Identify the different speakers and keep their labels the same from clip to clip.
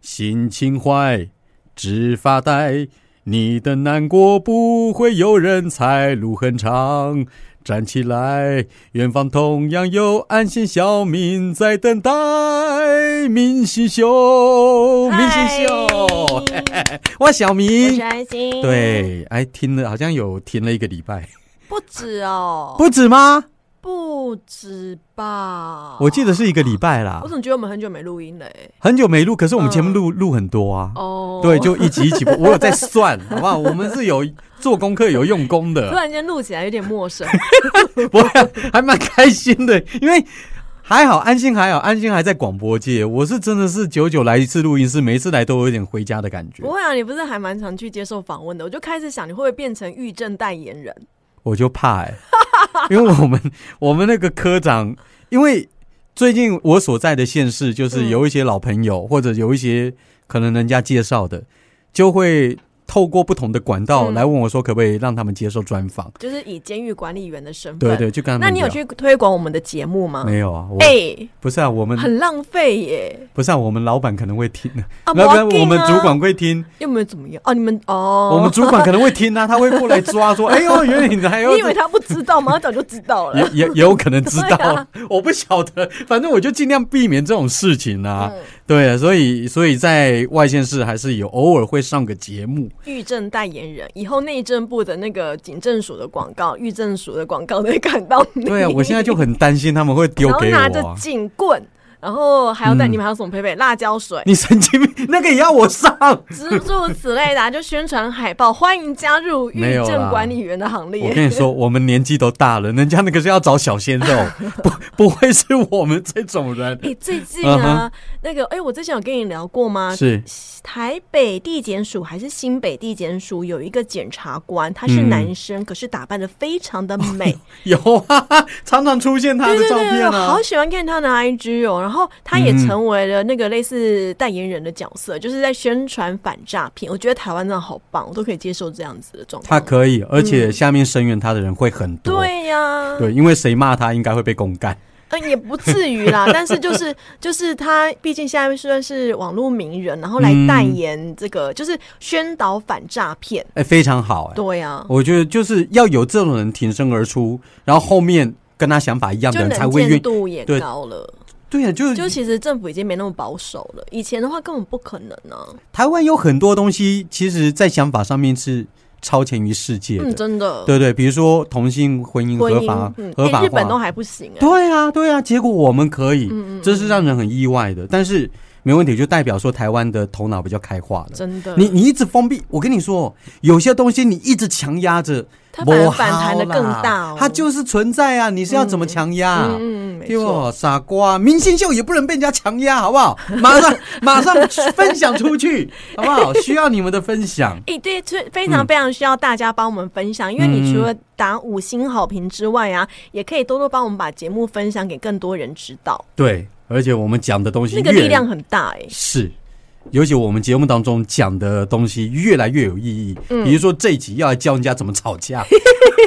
Speaker 1: 心情坏，直发呆。你的难过不会有人猜，路很长，站起来，远方同样有安心小民在等待。明星秀，明星秀，我小
Speaker 2: 我是
Speaker 1: 明，
Speaker 2: 安心，，
Speaker 1: 对，哎，听了好像有停了一个礼拜，
Speaker 2: 不止哦，
Speaker 1: 不止吗？
Speaker 2: 不止吧？
Speaker 1: 我记得是一个礼拜啦
Speaker 2: 我，总觉得我们很久没录音了、欸，
Speaker 1: 很久没录，可是我们
Speaker 2: 嗯
Speaker 1: 节目录录很多啊。
Speaker 2: 哦，
Speaker 1: 对，就一集一集播，我有在算，好不好？我们是有做功课、有用功
Speaker 2: 突
Speaker 1: 的，
Speaker 2: 然间录起来有点 陌生，
Speaker 1: 我还蛮开心的，因为还好安心还好，安心还在广播界，我是真的是久久来一次录音室，每一次来都有一点回家的感觉
Speaker 2: 不，会啊，你不是还蛮常去接受访问的？我就开始想，你会不会变成玉正代言人？
Speaker 1: 我就怕哎、因为我们我们那个科长，因为最近我所在的县市，就是
Speaker 2: 嗯
Speaker 1: 有一些老朋友，或者有一些可能人家介绍的，就会透过不同的管道
Speaker 2: 嗯
Speaker 1: 来问我说，可不可以让他们接受专访。
Speaker 2: 就是以监狱管理员的身份。
Speaker 1: 对对，就跟他们
Speaker 2: 那你有
Speaker 1: 聊
Speaker 2: 去推广我们的节目吗？
Speaker 1: 没有啊，我、
Speaker 2: 哎、
Speaker 1: 不是啊，我们
Speaker 2: 很浪费耶！
Speaker 1: 不是啊，我们老板可能会听，
Speaker 2: 啊，
Speaker 1: 不要不要，
Speaker 2: 不要紧啊
Speaker 1: 我们主管会听，
Speaker 2: 又没有怎么样哦，你们哦，
Speaker 1: 我们主管可能会听啊，他会过来抓 说，哎呦，原来你还有
Speaker 2: 你以。为他不知道吗？他早就知道了
Speaker 1: 也。也也有可能知道，
Speaker 2: 对啊
Speaker 1: 我不晓得，反正我就尽量避免这种事情啊。
Speaker 2: 嗯
Speaker 1: 对啊，所以所以在外县市还是有偶尔会上个节 目，
Speaker 2: 狱政代言人，以后内政部的那个警政署的广告、狱政署的广告都会看到你。
Speaker 1: 对啊，我 现在就很担心他们会丢
Speaker 2: 然后
Speaker 1: 给我、
Speaker 2: 拿着
Speaker 1: 啊。
Speaker 2: 警棍，然后还要带、
Speaker 1: 嗯。
Speaker 2: 你们还有什么配备？辣椒水
Speaker 1: 你神经病， 那个也要我上？
Speaker 2: 诸如此类的、啊，就宣传海报，欢迎加入狱
Speaker 1: 没有啦
Speaker 2: 政管理员的行
Speaker 1: 我
Speaker 2: 列。
Speaker 1: 跟你说，我们年纪都大了，人家那个是要找小鲜 肉，不不会是我们这种人。
Speaker 2: 哎、最近啊那个哎、我之前有跟你聊过吗？
Speaker 1: 嗯是
Speaker 2: 台北地检署还是新北地检署有一个检察官，他是
Speaker 1: 嗯
Speaker 2: 男生，可是打扮的非常的美，
Speaker 1: 有啊，常常出现他的
Speaker 2: 对
Speaker 1: 照
Speaker 2: 对对，
Speaker 1: 片
Speaker 2: 我
Speaker 1: 啊
Speaker 2: 好。喜欢看他的 IG 哦，然后他
Speaker 1: 嗯
Speaker 2: 也成为了那个类似代言人的角色，就是在宣传反诈骗。我觉得台湾真的好棒，我都可以接受这样子的状
Speaker 1: 他
Speaker 2: 况。
Speaker 1: 可以，而且下面声援他的人会很多。
Speaker 2: 对呀、
Speaker 1: 对因为谁骂他，应该会被公干。
Speaker 2: 嗯，也不至 于啦，但是就是就是他，毕竟现在算是网络名人，然后
Speaker 1: 嗯
Speaker 2: 来代言这个，就是宣导反诈骗。
Speaker 1: 哎，非常好哎、
Speaker 2: 对呀、
Speaker 1: 我觉得就是要有这种人挺身而出，然后后面跟他想法一样的
Speaker 2: 就
Speaker 1: 人才
Speaker 2: 能
Speaker 1: 会愿
Speaker 2: 见
Speaker 1: 意。
Speaker 2: 度也
Speaker 1: 对
Speaker 2: 高了，
Speaker 1: 对呀、啊就是
Speaker 2: 就其实政府已经没那么保守了。以前的话根本不可能啊呢、
Speaker 1: 台湾有很多东西，其实在想法上面是超前于世界的。
Speaker 2: 嗯，真的。
Speaker 1: 对对，比如说同性婚姻
Speaker 2: 婚
Speaker 1: 合
Speaker 2: 姻，
Speaker 1: 法、
Speaker 2: 嗯
Speaker 1: 合
Speaker 2: 哎
Speaker 1: 法化，
Speaker 2: 日本都还不行、啊。
Speaker 1: 对啊，对啊，结果我们可以，
Speaker 2: 嗯嗯
Speaker 1: 这是让人很意外的。但是没问题，就代表说台湾的头脑比较开化了。
Speaker 2: 真的，
Speaker 1: 你你一直封闭，我跟你说，有些东西你一直强压着，
Speaker 2: 它反而
Speaker 1: 不好啦
Speaker 2: 反弹得更大哦
Speaker 1: 它就是存在啊，你是要怎么强压、啊？
Speaker 2: 嗯嗯嗯，没
Speaker 1: 对
Speaker 2: 错，
Speaker 1: 不，傻瓜，明星秀也不能被人家强压，好不 好？马上马上分享出去，好不好？需要你们的分享。
Speaker 2: 哎、对，这非常非常需要大家帮我们分
Speaker 1: 嗯
Speaker 2: 享，因为你除了打五星好评之外啊，也可以多多帮我们把节目分享给更多人知道，
Speaker 1: 对，而且我们讲的东西
Speaker 2: 那个
Speaker 1: 越
Speaker 2: 力量很大哎、
Speaker 1: 是，尤其我们节目当中讲的东西越来越有意义。
Speaker 2: 嗯
Speaker 1: 比如说这一集要来教人家怎么吵架，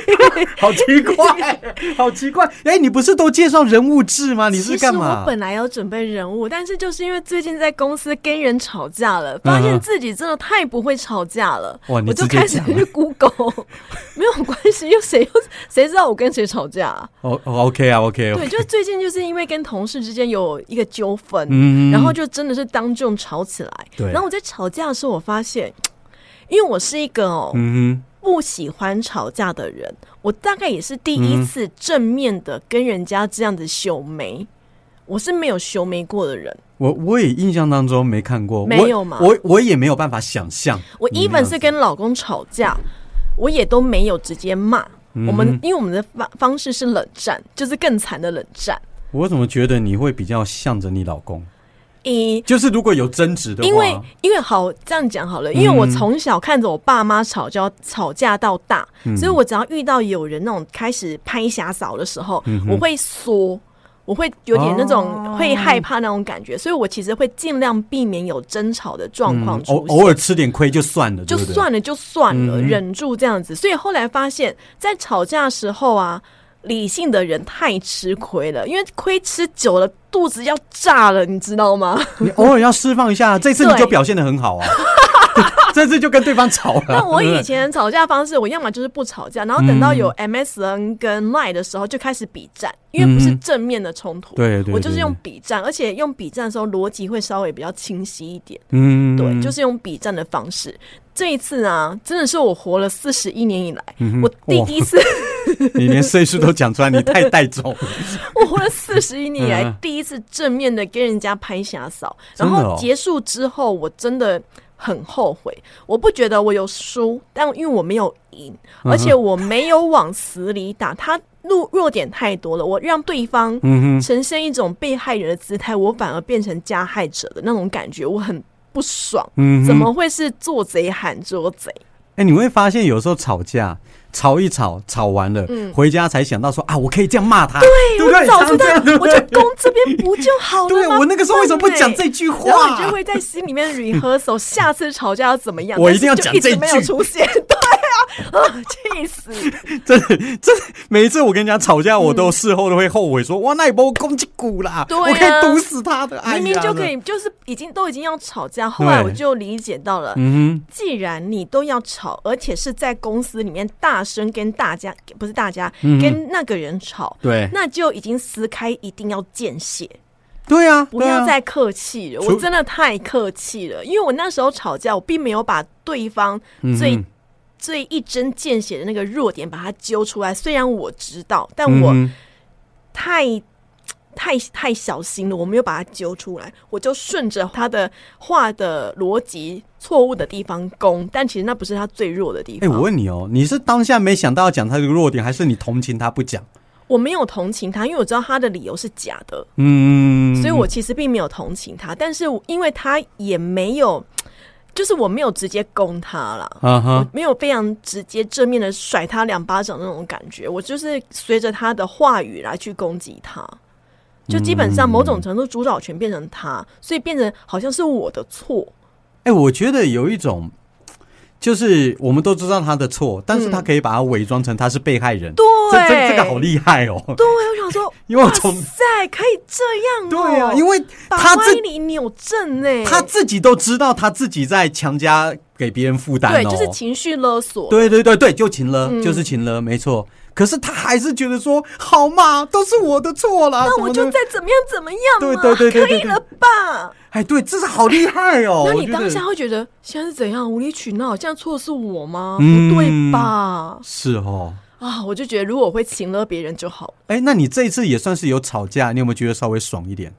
Speaker 1: 好奇 怪，好奇怪。哎，你不是都介绍人物志吗？啊你是干
Speaker 2: 其实我
Speaker 1: 嘛？
Speaker 2: 本来有准备人物，但是就是因为最近在公司跟人吵架了，发现自己真的太不会吵架了，
Speaker 1: 嗯哇你
Speaker 2: 我就
Speaker 1: 直接
Speaker 2: 开始
Speaker 1: 讲
Speaker 2: 去 Google，没 有关系，又谁又谁知道我跟谁吵架、啊？
Speaker 1: 哦哦，OK 啊，OK，
Speaker 2: 对，就最近就是因为跟同事之间有一个纠纷，
Speaker 1: 嗯
Speaker 2: 然后就真的是当众吵起来。
Speaker 1: 对
Speaker 2: 然后我在吵架的时候，我发现，因为我是一个哦、
Speaker 1: 嗯
Speaker 2: 不喜欢吵架的人，我大概也是第一次正面的跟人家这样子秀眉。我是没有修眉过的人，
Speaker 1: 哼，我我也印象当中没看过，
Speaker 2: 没
Speaker 1: 我
Speaker 2: 有吗
Speaker 1: 我我也没有办法想象，
Speaker 2: 我
Speaker 1: 你那
Speaker 2: even
Speaker 1: 样
Speaker 2: 是跟老公吵架，我也都没有直接骂。
Speaker 1: 嗯
Speaker 2: 我们因为我们的方方式是冷战，就是更惨的冷战。
Speaker 1: 我怎么觉得你会比较向着你老公？
Speaker 2: 一
Speaker 1: 就是如果有争执的话，嗯
Speaker 2: 因为因为好这样讲好了，因为我从小看着我爸妈吵架吵架到大，
Speaker 1: 嗯
Speaker 2: 所以我只要遇到有人那种开始拍侠嫂的时候，我会缩。我会有点那种、
Speaker 1: 嗯哦
Speaker 2: 会害怕那种感觉，所以我其实会尽量避免有争吵的状况
Speaker 1: 嗯偶
Speaker 2: 出现。
Speaker 1: 偶尔吃点亏就算了，
Speaker 2: 就
Speaker 1: 对不对嗯
Speaker 2: 算了就算了，忍住这样子。所以后来发现，在吵架的时候啊，理性的人太吃亏了，因为亏吃久了，肚子要炸了，你知道吗？
Speaker 1: 你偶尔要释放一下，这次你就表现的很好 啊，这次就跟对方吵了。
Speaker 2: 那我
Speaker 1: 啊对不
Speaker 2: 以
Speaker 1: 对嗯
Speaker 2: 前吵架方式，我要么就是不吵架，然后等到有 MSN 跟 Line 的时候就开始比战，因为不是正面的冲突，
Speaker 1: 嗯对对对
Speaker 2: 我就是用比战，而且用比战的时候逻辑会稍微比较清晰一点，
Speaker 1: 嗯，
Speaker 2: 对，就是用比战的方式。这一次啊，真的是我活了四十一年以来，我第一次，
Speaker 1: 嗯你连岁数都讲出来，你太带走了。
Speaker 2: 我活了四十一年以来
Speaker 1: 嗯
Speaker 2: 第一次正面的跟人家拍下扫，
Speaker 1: 真
Speaker 2: 然
Speaker 1: 的哦
Speaker 2: 后结束之后，我真的很后悔。我不觉得我有输，但因为我没有赢，
Speaker 1: 嗯
Speaker 2: 而且我没有往死里打，他弱弱点太多了，我让对方
Speaker 1: 嗯
Speaker 2: 呈现一种被害人的姿态，我反而变成加害者的那种感觉，我很不爽。
Speaker 1: 嗯哼
Speaker 2: 怎么会是做贼喊捉贼？
Speaker 1: 哎、你会发现有时候吵架，吵一吵，吵完了，回家才想到说啊，我可以这样骂他，嗯对不
Speaker 2: 我
Speaker 1: 对？
Speaker 2: 早
Speaker 1: 常
Speaker 2: 知道
Speaker 1: 这样，对不
Speaker 2: 我就
Speaker 1: 对？
Speaker 2: 攻这边不就好了吗？
Speaker 1: 对我那个时候为什么不
Speaker 2: 笨欸
Speaker 1: 讲这句话？
Speaker 2: 然后你就会在心里面 rehearsal，下次吵架要怎么样？
Speaker 1: 我
Speaker 2: 但
Speaker 1: 一定要
Speaker 2: 是就
Speaker 1: 讲
Speaker 2: 直
Speaker 1: 这一
Speaker 2: 没有
Speaker 1: 句
Speaker 2: 出现， 对啊，啊，气死！
Speaker 1: 真的，真的，每一次我跟人家吵架，我都事后都会后悔说，哇，那也把我攻击骨啦，
Speaker 2: 对啊
Speaker 1: 我可以毒死他的， 哎呀
Speaker 2: 明明就可
Speaker 1: 这
Speaker 2: 以，就是已经都已经要吵架，后来
Speaker 1: 对
Speaker 2: 我就理解到了，
Speaker 1: 嗯
Speaker 2: 既然你都要吵，而且是在公司里面大声跟大家，不是大家，跟那个人吵
Speaker 1: 哼，，嗯对，
Speaker 2: 那就已经撕开，一定要见血。
Speaker 1: 对啊，
Speaker 2: 不
Speaker 1: 对啊
Speaker 2: 要再客气了，
Speaker 1: 除
Speaker 2: 我真的太客气了。因为我那时候吵架，我并没有把对方最、
Speaker 1: 嗯
Speaker 2: 最一针见血的那个弱点把它揪出来。虽然我知道，但
Speaker 1: 嗯
Speaker 2: 我
Speaker 1: 哼
Speaker 2: 太、太太小心了，我没有把它揪出来，我就顺着他的话的逻辑错误的地方攻，但其实那不是他最弱的地
Speaker 1: 哎、
Speaker 2: 方。
Speaker 1: 我问你哦，你是当下没想到要讲他这个弱点，还是你同情他不讲？
Speaker 2: 我没有同情他，因为我知道他的理由是假的。
Speaker 1: 嗯，
Speaker 2: 所以我其实并没有同情他，但是我因为他也没有，就是我没有直接攻他啦，
Speaker 1: 啊哈，
Speaker 2: 没有非常直接正面的甩他两巴掌那种感觉，我就是随着他的话语来去攻击他。就基本上某种程度主导权变成他，所以变成好像是我的错。
Speaker 1: 哎、我觉得有一种，就是我们都知道他的错，但是他可以把它伪装成他是被害人，
Speaker 2: 嗯对，
Speaker 1: 这这这个好厉害哦，
Speaker 2: 对，我想说，
Speaker 1: 因为我
Speaker 2: 哇
Speaker 1: 从
Speaker 2: 塞，可以这样、哦，
Speaker 1: 对啊，因
Speaker 2: 为
Speaker 1: 为
Speaker 2: 把
Speaker 1: 他
Speaker 2: 歪
Speaker 1: 自
Speaker 2: 理扭正欸呢、
Speaker 1: 他自己都知道他自己在强加给别人负担哦，
Speaker 2: 对，就是嗯情绪勒索，
Speaker 1: 对对对对，就擒了，就是擒了，没错。可是他还是觉得说，好嘛，都是我的错啦。
Speaker 2: 那
Speaker 1: 什
Speaker 2: 我
Speaker 1: 么
Speaker 2: 就
Speaker 1: 的
Speaker 2: 再怎么样怎么样嘛，
Speaker 1: 对对对对对对
Speaker 2: 可以了吧？
Speaker 1: 哎，对，这是好厉害哦。
Speaker 2: 那
Speaker 1: 我
Speaker 2: 你
Speaker 1: 觉得
Speaker 2: 当下会觉得现在是怎样无理取闹？这样错的是我吗？
Speaker 1: 嗯
Speaker 2: 不对吧？
Speaker 1: 是哦，
Speaker 2: 啊，我就觉得如果我会请了别人就好了。
Speaker 1: 哎，那你这一次也算是有吵架，你有没有觉得稍微爽一点？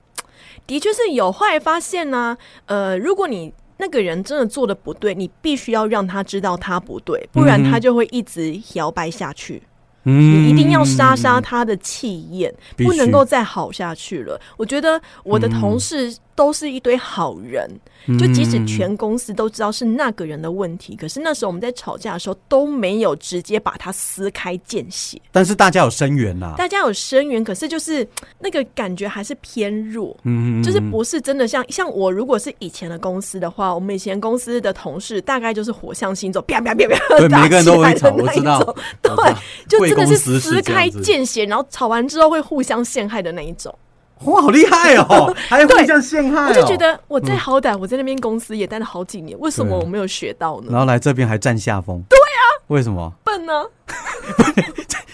Speaker 2: 的确是有，后来发现呢、呃，如果你那个人真的做的不对，你必须要让他知道他不对，不然他就会一直摇摆下去。
Speaker 1: 嗯
Speaker 2: 你一定要杀杀他的气焰，
Speaker 1: 必须
Speaker 2: 不能够再好下去了。我觉得我的同事都是一堆好人，
Speaker 1: 嗯
Speaker 2: 就即使全公司都知道是那个人的问题，可是那时候我们在吵架的时候都没有直接把他撕开见血，
Speaker 1: 但是大家有声援呐、
Speaker 2: 大家有声援，可是就是那个感觉还是偏弱。
Speaker 1: 嗯，
Speaker 2: 就是不是真的像像我，如果是以前的公司的话，我们以前公司的同事大概就是火象星座，啪啪啪啪，
Speaker 1: 对
Speaker 2: 打
Speaker 1: 每个人都
Speaker 2: 起来
Speaker 1: 会吵
Speaker 2: 的那
Speaker 1: 我知
Speaker 2: 一
Speaker 1: 道
Speaker 2: 种
Speaker 1: 我知道
Speaker 2: 对，就
Speaker 1: 贵
Speaker 2: 真的
Speaker 1: 公
Speaker 2: 是
Speaker 1: 司是
Speaker 2: 撕
Speaker 1: 这样
Speaker 2: 开
Speaker 1: 子
Speaker 2: 见血，然后吵完之后会互相陷害的那一种。
Speaker 1: 哇，好厉害哦，还互
Speaker 2: 对
Speaker 1: 相陷害、哦，
Speaker 2: 我就觉。得我在好歹我在那边公司也待了好几年，为什么我没有学到呢？
Speaker 1: 然后来这边还占下风，对啊，为什么？
Speaker 2: 笨呢，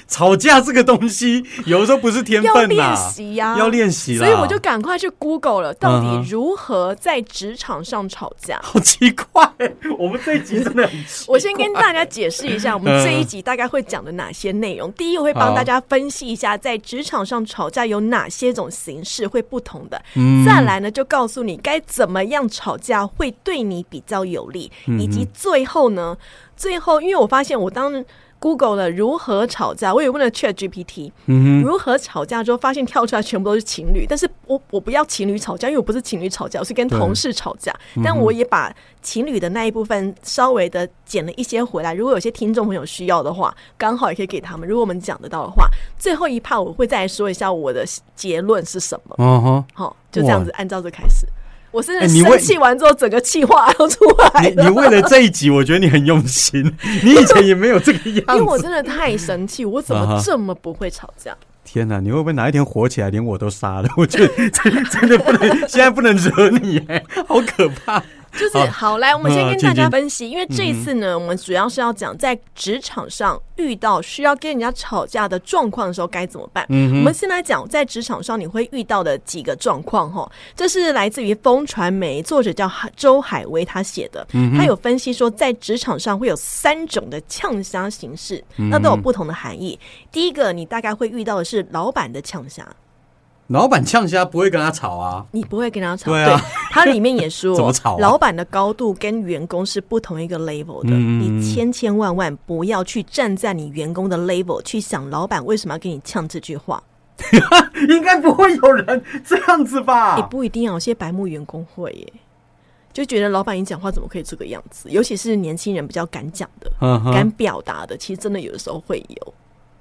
Speaker 1: 吵架这个东西，有的时候不是天
Speaker 2: 要
Speaker 1: 分呐、
Speaker 2: 练习呀，
Speaker 1: 要练习啦。
Speaker 2: 所以我就赶快去 Google 了，到
Speaker 1: 嗯
Speaker 2: 底
Speaker 1: 哼
Speaker 2: 如何在职场上吵架。
Speaker 1: 好奇怪，我们这一集真的很奇怪
Speaker 2: 我先跟大家解释一下，我们这一集大概会讲的哪些内容。第一，我会帮大家分析一下在职场上吵架有哪些种形式会不同的。再来呢，就告诉你该怎么样吵架会对你比较有利，以及最后呢，最后因为我发现我当。Google 了如何吵架，我也问了 Chat GPT，、如
Speaker 1: 嗯
Speaker 2: 何吵架之后，发现跳出来全部都是情侣，但是我我不要情侣吵架，因为我不是情侣吵架，我是跟
Speaker 1: 对
Speaker 2: 同事吵架，
Speaker 1: 嗯
Speaker 2: 但我也把情侣的那一部分稍微的剪了一些回来。如果有些听众朋友需要的话，刚好也可以给他们。如果我们讲得到的话，最后一趴我会再说一下我的结论是什么。
Speaker 1: 嗯哼，
Speaker 2: 好，就这样子按照这开始。我是
Speaker 1: 哎你为
Speaker 2: 生气完之后，整个气话都出来
Speaker 1: 你
Speaker 2: 了，
Speaker 1: 你为了这一集，我觉得你很用心，你以前也没有这个
Speaker 2: 因为
Speaker 1: 样
Speaker 2: 我
Speaker 1: 子。
Speaker 2: 真的太生气，我怎
Speaker 1: 啊哈
Speaker 2: 么这么不会吵架？
Speaker 1: 天哪，你会不会哪一天火起来，连我都杀了？ 我觉得真真的不能，现在不能惹你，哎， 好可怕。
Speaker 2: 就是
Speaker 1: 好
Speaker 2: 好来，我们先
Speaker 1: 嗯
Speaker 2: 跟
Speaker 1: 请
Speaker 2: 大家
Speaker 1: 进
Speaker 2: 分析，因为这一次
Speaker 1: 嗯
Speaker 2: 呢，我们主要是要讲在职场上遇到需要跟人家吵架的状况的时候该怎么办。
Speaker 1: 嗯
Speaker 2: 我们先来讲在职场上你会遇到的几个状况哈，这是来自于风传媒，作者叫海周海威他写的，
Speaker 1: 嗯
Speaker 2: 他有分析说在职场上会有三种的呛虾形式，那都有
Speaker 1: 嗯
Speaker 2: 不同的含义。第一个，你大概会遇到的是老板的呛虾。
Speaker 1: 老板呛虾不会跟他吵啊，
Speaker 2: 你不会跟他吵，
Speaker 1: 对啊
Speaker 2: 它里面也 说，
Speaker 1: 怎么吵啊
Speaker 2: 老板的高度跟员工是不同一个 level 的，
Speaker 1: 嗯
Speaker 2: 你千千万万不要去站在你员工的 level 去想老板为什么要给你呛这句话，
Speaker 1: 应该不会有人这样子吧？
Speaker 2: 也不一定啊，有些白目员工会耶，就觉得老板你讲话怎么可以这个样子，尤其是年轻人比较敢讲的。
Speaker 1: 嗯哼
Speaker 2: 敢表达的，其实真的有的时候会有，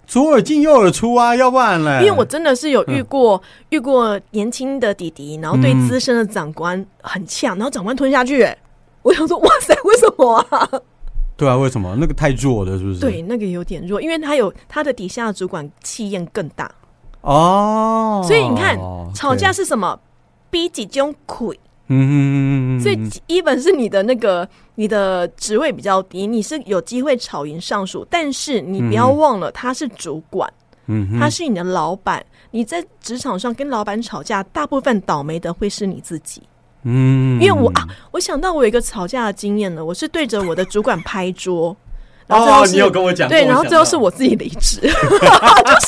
Speaker 1: 左耳进右耳出啊，要不然嘞，
Speaker 2: 因为我真的是有遇过、
Speaker 1: 嗯
Speaker 2: 遇过年轻的弟弟，然后对资深的长官很呛，然后长官吞下去、哎我想说，哇塞，为什么啊？
Speaker 1: 对啊，为什么那个太弱了，是不是？
Speaker 2: 对，那个有点弱，因为他有他的底下的主管气焰更大，
Speaker 1: 哦，
Speaker 2: 所以你看、吵架
Speaker 1: 对，
Speaker 2: 是什么？逼几种鬼，
Speaker 1: 嗯
Speaker 2: 所以 even 是你的那个你的职位比较低，你是有机会吵赢上属，但是你不要
Speaker 1: 嗯
Speaker 2: 忘了他是主管，
Speaker 1: 嗯哼
Speaker 2: 他是你的老板，你在职场上跟老板吵架，大部分倒霉的会是你自己。
Speaker 1: 嗯
Speaker 2: 因为我啊，我想到我有一个吵架的经验了，我是对着我的主管拍桌，然后最后
Speaker 1: 哦，
Speaker 2: 是
Speaker 1: 你有跟我讲过，
Speaker 2: 对，然后
Speaker 1: 想
Speaker 2: 最后
Speaker 1: 到
Speaker 2: 是我自己离职， 就输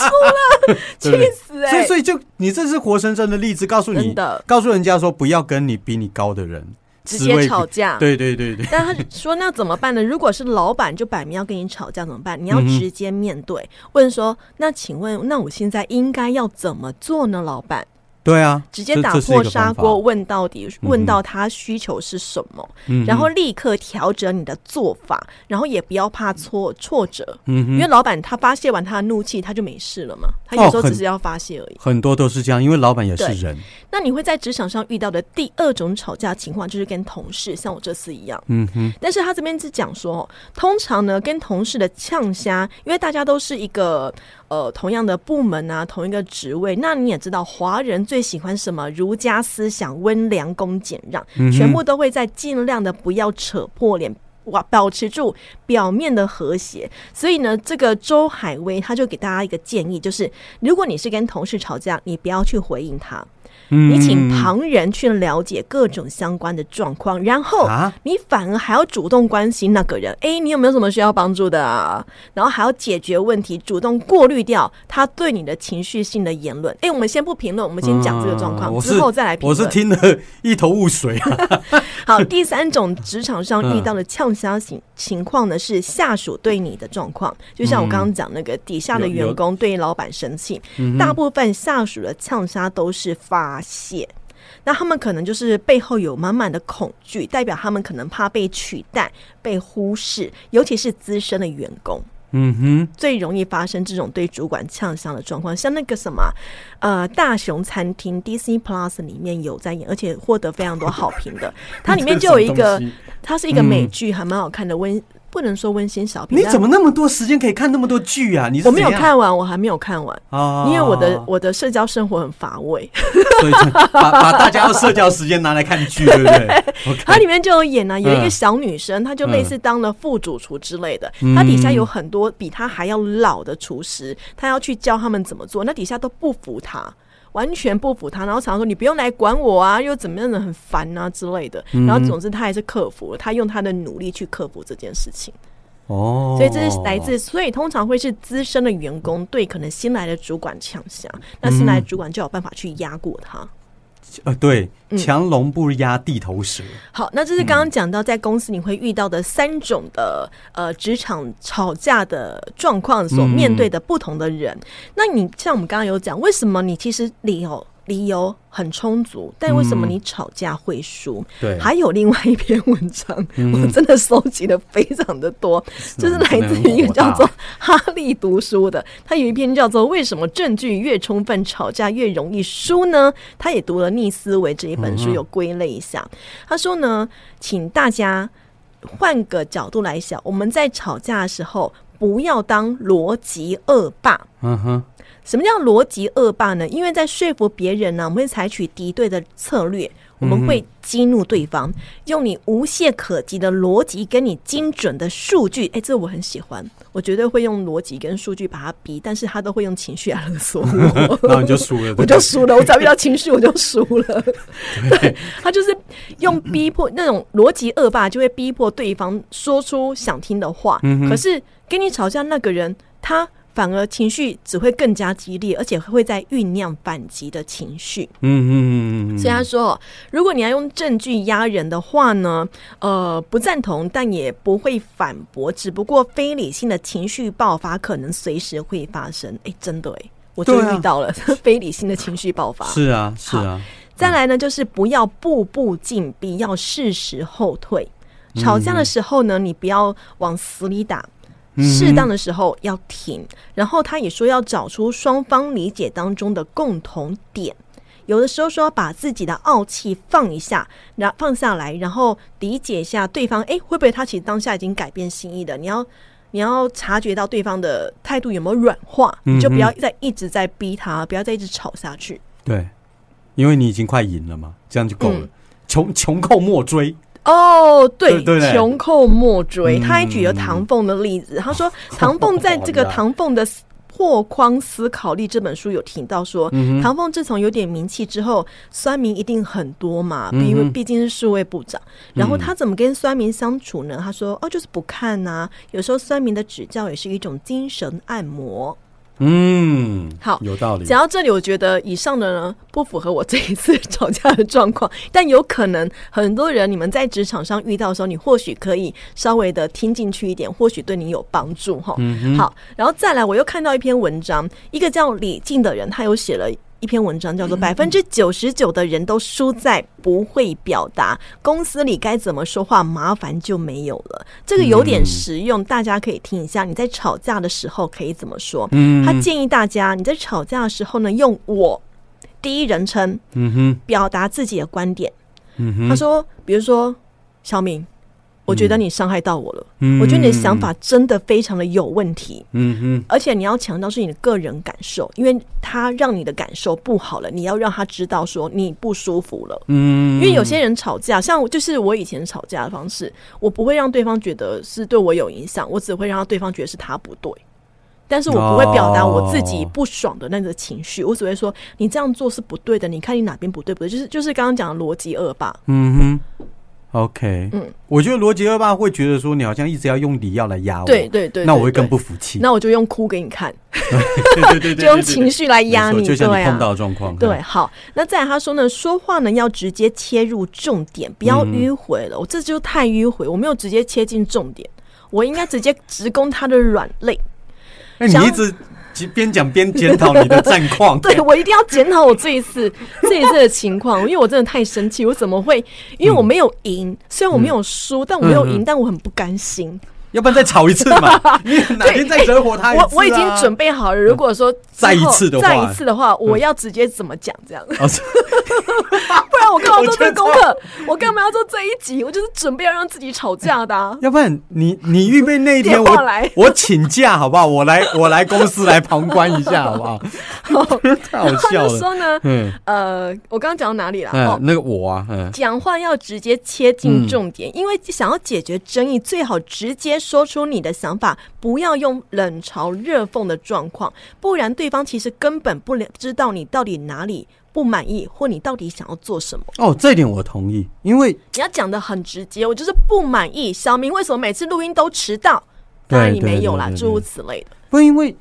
Speaker 2: 了，
Speaker 1: 对
Speaker 2: 气死哎、
Speaker 1: 所以，
Speaker 2: 以
Speaker 1: 所以就你这是活生生的例子，告诉你
Speaker 2: 真的，
Speaker 1: 告诉人家说不要跟你比你高的人
Speaker 2: 直
Speaker 1: 职
Speaker 2: 接
Speaker 1: 位
Speaker 2: 吵
Speaker 1: 比
Speaker 2: 架。
Speaker 1: 对对对对，
Speaker 2: 但他说那怎么办呢？如果是老板就摆明要跟你吵架怎么办？你要
Speaker 1: 嗯哼
Speaker 2: 直接面对，问说那请问那我现在应该要怎么做呢？老板
Speaker 1: 对啊，
Speaker 2: 直接
Speaker 1: 这
Speaker 2: 打
Speaker 1: 这是一
Speaker 2: 破
Speaker 1: 个
Speaker 2: 砂
Speaker 1: 方法嗯
Speaker 2: 锅问到底，
Speaker 1: 哼
Speaker 2: 问到他需求是什么，
Speaker 1: 嗯
Speaker 2: 然后立刻调整你的做法，然后也不要怕挫挫折，
Speaker 1: 嗯哼，
Speaker 2: 因为老板他发泄完他的怒气，他就没事了嘛。他有时候
Speaker 1: 哦很
Speaker 2: 只是要发泄而已。
Speaker 1: 很多都是这样，因为老板也是
Speaker 2: 对
Speaker 1: 人，
Speaker 2: 那你会在职场上遇到的第二种吵架情况，就是跟同事，像我这次一样。
Speaker 1: 嗯哼，
Speaker 2: 但是他这边是讲说，哦，通常呢跟同事的呛虾，因为大家都是一个呃同样的部门啊，同一个职位，那你也知道，华人最喜欢什么儒家思想、温良恭俭让，全部都会在尽量的不要扯破脸。哇，保持住表面的和谐，所以呢，这个周海威他就给大家一个建议，就是如果你是跟同事吵架，你不要去回应他，你
Speaker 1: 你
Speaker 2: 请旁人去了解各种相关的状况，然后
Speaker 1: 啊，
Speaker 2: 你反而还要主动关心那个人，哎，你有没有什么需要帮助的啊？然后还要解决问题，主动过滤掉他对你的情绪性的言论。哎，我们先不评论，我们先讲这个状
Speaker 1: 嗯
Speaker 2: 况，
Speaker 1: 我是
Speaker 2: 之后再来评
Speaker 1: 我是
Speaker 2: 论。
Speaker 1: 听得一头雾水啊，
Speaker 2: 好，第三种职场上
Speaker 1: 嗯
Speaker 2: 遇到的呛虾情情况呢，是下属对你的状况，就像我刚刚讲那个底下的
Speaker 1: 嗯有有嗯
Speaker 2: 员工对老板生气，大部分下属的呛虾都是发泄。那他们可能就是背后有满满的恐惧，代表他们可能怕被取代、被忽视，尤其是资深的员工。
Speaker 1: 嗯哼，
Speaker 2: 最容易发生这种对主管呛香的状况，像那个什么，呃，大熊餐厅 DC Plus 里面有在演，而且获得非常多好评 的。它里面就有一
Speaker 1: 这是什么
Speaker 2: 个
Speaker 1: 东西，
Speaker 2: 它是一个美剧，还蛮好看的温，不能说温馨小品。
Speaker 1: 你
Speaker 2: 但
Speaker 1: 怎么那么多时间可以看那么多剧啊？你是
Speaker 2: 我没有
Speaker 1: 怎样
Speaker 2: 看完，我还没有看完，
Speaker 1: 啊，
Speaker 2: 因为我的我的社交生活很乏味。
Speaker 1: 所以就 把把大家的社交时间拿来看剧，对不 对？OK，
Speaker 2: 它里面就有演呢、啊，有一
Speaker 1: 嗯
Speaker 2: 个小女生，她就类似当了副主厨之类的，
Speaker 1: 嗯
Speaker 2: 她底下有很多比她还要老的厨师，她要去教他们怎么做，那底下都不服她。完全不服她，然后常说你不用来管我啊，又怎么样的很烦啊之类的。
Speaker 1: 嗯
Speaker 2: 然后总之她还是克服了，她用她的努力去克服这件事情。
Speaker 1: 哦，
Speaker 2: 所以这是来自，所以通常会是资深的员工对可能新来的主管强项，那新来的主管就有办法去压过他。
Speaker 1: 呃，对，
Speaker 2: 嗯
Speaker 1: 强龙不压地头蛇，
Speaker 2: 好，那这是刚刚讲到在公司你会遇到的三种的、呃职场吵架的状况所面对的不同的人。那你像我们刚刚有讲，为什么你其实理由理由很充足，但为什么你吵架会输？
Speaker 1: 对
Speaker 2: 还有另外一篇文章，我真的收集的非常的多，就是来自于一个叫做哈利读书的，他有一篇叫做《为什么证据越充分，吵架越容易输呢》，他也读了《逆思维》这一本书，有归类一下。他说呢，请大家换个角度来想，我们在吵架的时候，不要当逻辑恶霸。
Speaker 1: 嗯哼，。
Speaker 2: 什么叫逻辑恶霸呢？因为在说服别人呢，我们会采取敌对的策略，我们会激怒对方，用你无懈可击的逻辑跟你精准的数据。哎、这我很喜欢，我绝对会用逻辑跟数据把他逼，但是他都会用情绪来勒索我
Speaker 1: 然后你就输了，对不
Speaker 2: 我
Speaker 1: 对
Speaker 2: 就输了，我只要遇到情绪我就输了。对 他就是用逼迫那种逻辑恶霸，就会逼迫对方说出想听的话。
Speaker 1: 嗯
Speaker 2: 可是跟你吵架那个人，他反而情绪只会更加激烈，而且会在酝酿反击的情绪。
Speaker 1: 嗯嗯嗯嗯嗯
Speaker 2: 所以他说，如果你要用证据压人的话呢，呃，不赞同，但也不会反驳，只不过非理性的情绪爆发可能随时会发生。哎，真的哎，我就
Speaker 1: 对啊
Speaker 2: 遇到了 非理性的情绪爆发。
Speaker 1: 嗯，是啊是啊，
Speaker 2: 再来呢，就是不要步步紧逼，要适时后退。吵架的时候呢，你不要往死里打，适当的时候要停。然后他也说要找出双方理解当中的共同点。有的时候说要把自己的傲气放一下，然放下来，然后理解一下对方，诶，会不会他其实当下已经改变心意了？你要你要察觉到对方的态度有没有软化，你就不要再一直在逼他，不要再一直吵下去。
Speaker 1: 对，因为你已经快赢了嘛，这样就够
Speaker 2: 嗯
Speaker 1: 了，穷穷寇莫追，
Speaker 2: 哦，对
Speaker 1: 对对对，
Speaker 2: 穷寇莫追。
Speaker 1: 嗯
Speaker 2: 他还举了唐凤的例子， 他说唐凤在这个
Speaker 1: 好啦
Speaker 2: 唐凤的。破框思考力这本书有提到说，
Speaker 1: 嗯
Speaker 2: 唐凤自从有点名气之后，酸民一定很多嘛，
Speaker 1: 嗯
Speaker 2: 因为毕竟是数位部长。然后他怎么跟酸民相处呢？他说：“哦，就是不看呐、有时候酸民的指教也是一种精神按摩。
Speaker 1: 嗯，
Speaker 2: 好
Speaker 1: 有道理
Speaker 2: 讲，到这里，我觉得以上的呢不符合我这一次吵架的状况，但有可能很多人你们在职场上遇到的时候，你或许可以稍微的听进去一点，或许对你有帮助哈。好，然后再来，我又看到一篇文章，一个叫李静的人，他有写了。一篇文章叫做《百分之九十九的人都输在不会表达》，公司里该怎么说话，麻烦就没有了。这个有点实用，大家可以听一下。你在吵架的时候可以怎么说？
Speaker 1: 嗯
Speaker 2: 他建议大家你在吵架的时候呢，用我第一人称
Speaker 1: 嗯哼
Speaker 2: 表达自己的观点。
Speaker 1: 嗯哼，
Speaker 2: 他说，比如说小敏，我觉得你伤害到我了，
Speaker 1: 嗯
Speaker 2: 我觉得你的想法真的非常的有问题。
Speaker 1: 嗯哼，
Speaker 2: 而且你要强调是你的个人感受，因为他让你的感受不好了，你要让他知道说你不舒服了。
Speaker 1: 嗯，
Speaker 2: 因为有些人吵架，像我就是我以前吵架的方式，我不会让对方觉得是对我有影响，我只会让对方觉得是他不对。但是我不会表达我自己
Speaker 1: 哦
Speaker 2: 不爽的那个情绪，我只会说你这样做是不对的，你看你哪边不对不对，就是就是刚刚讲的逻辑恶霸，
Speaker 1: 嗯哼，OK，
Speaker 2: 嗯
Speaker 1: 我觉得罗杰二爸会觉得说你好像一直要用礼要来压我，
Speaker 2: 对对对，
Speaker 1: 那
Speaker 2: 对
Speaker 1: 我会更，
Speaker 2: 对
Speaker 1: 不服气，
Speaker 2: 那我就用哭给你看，
Speaker 1: 对对对对，
Speaker 2: 就用情绪来压
Speaker 1: 没
Speaker 2: 你，
Speaker 1: 错就像
Speaker 2: 对
Speaker 1: 你碰
Speaker 2: 啊
Speaker 1: 到。的状况，
Speaker 2: 对，好，那再来他说呢，说话呢要直接切入重点，不要
Speaker 1: 嗯
Speaker 2: 迂回了。我这就太迂回，我没有直接切进重点，我应该直接直攻他的软 肋。
Speaker 1: 哎，你
Speaker 2: 想
Speaker 1: 一直其实边讲边检讨你的战况，
Speaker 2: 对我一定要检讨我这一次 这一次的情况，因为我真的太生气，我怎么会？因为我没有
Speaker 1: 嗯
Speaker 2: 赢，虽然我没有输，但我没有赢，但我很不甘心。
Speaker 1: 要不然再吵一次嘛， 你哪天再惹火他一次啊
Speaker 2: 哎我我已经准备好了，如果说之
Speaker 1: 嗯再一
Speaker 2: 后
Speaker 1: 次的
Speaker 2: 再
Speaker 1: 话嗯
Speaker 2: 一次的话，我要直接怎么讲这样？
Speaker 1: 哦是
Speaker 2: 不然我干嘛
Speaker 1: 我
Speaker 2: 做
Speaker 1: 觉
Speaker 2: 这
Speaker 1: 得
Speaker 2: 个功课？我干嘛要做这一集？我就是准备要让自己吵架的、啊。
Speaker 1: 要不然你你预备那一天
Speaker 2: 电
Speaker 1: 我
Speaker 2: 话来
Speaker 1: 我请假好不好？我来我来公司来旁观一下好不 好？太好
Speaker 2: 他
Speaker 1: 笑
Speaker 2: 就
Speaker 1: 了。
Speaker 2: 说呢，
Speaker 1: 嗯
Speaker 2: 呃，我刚刚讲到哪里了？
Speaker 1: 嗯
Speaker 2: 哦，，
Speaker 1: 那个我啊，嗯
Speaker 2: 讲话要直接切进重点，因为想要解决争议，最好直接说出你的想法，不要用冷嘲热讽的状况，不然对方其实根本不了知道你到底哪里不满意，或你到底想要做什么。
Speaker 1: 哦，这一点我同意，因为
Speaker 2: 你要讲的很直接，我就是不满意。小明为什么每次录音都迟到？当然
Speaker 1: 对
Speaker 2: 你没有啦
Speaker 1: 对，对对
Speaker 2: 诸如此类的。
Speaker 1: 不因为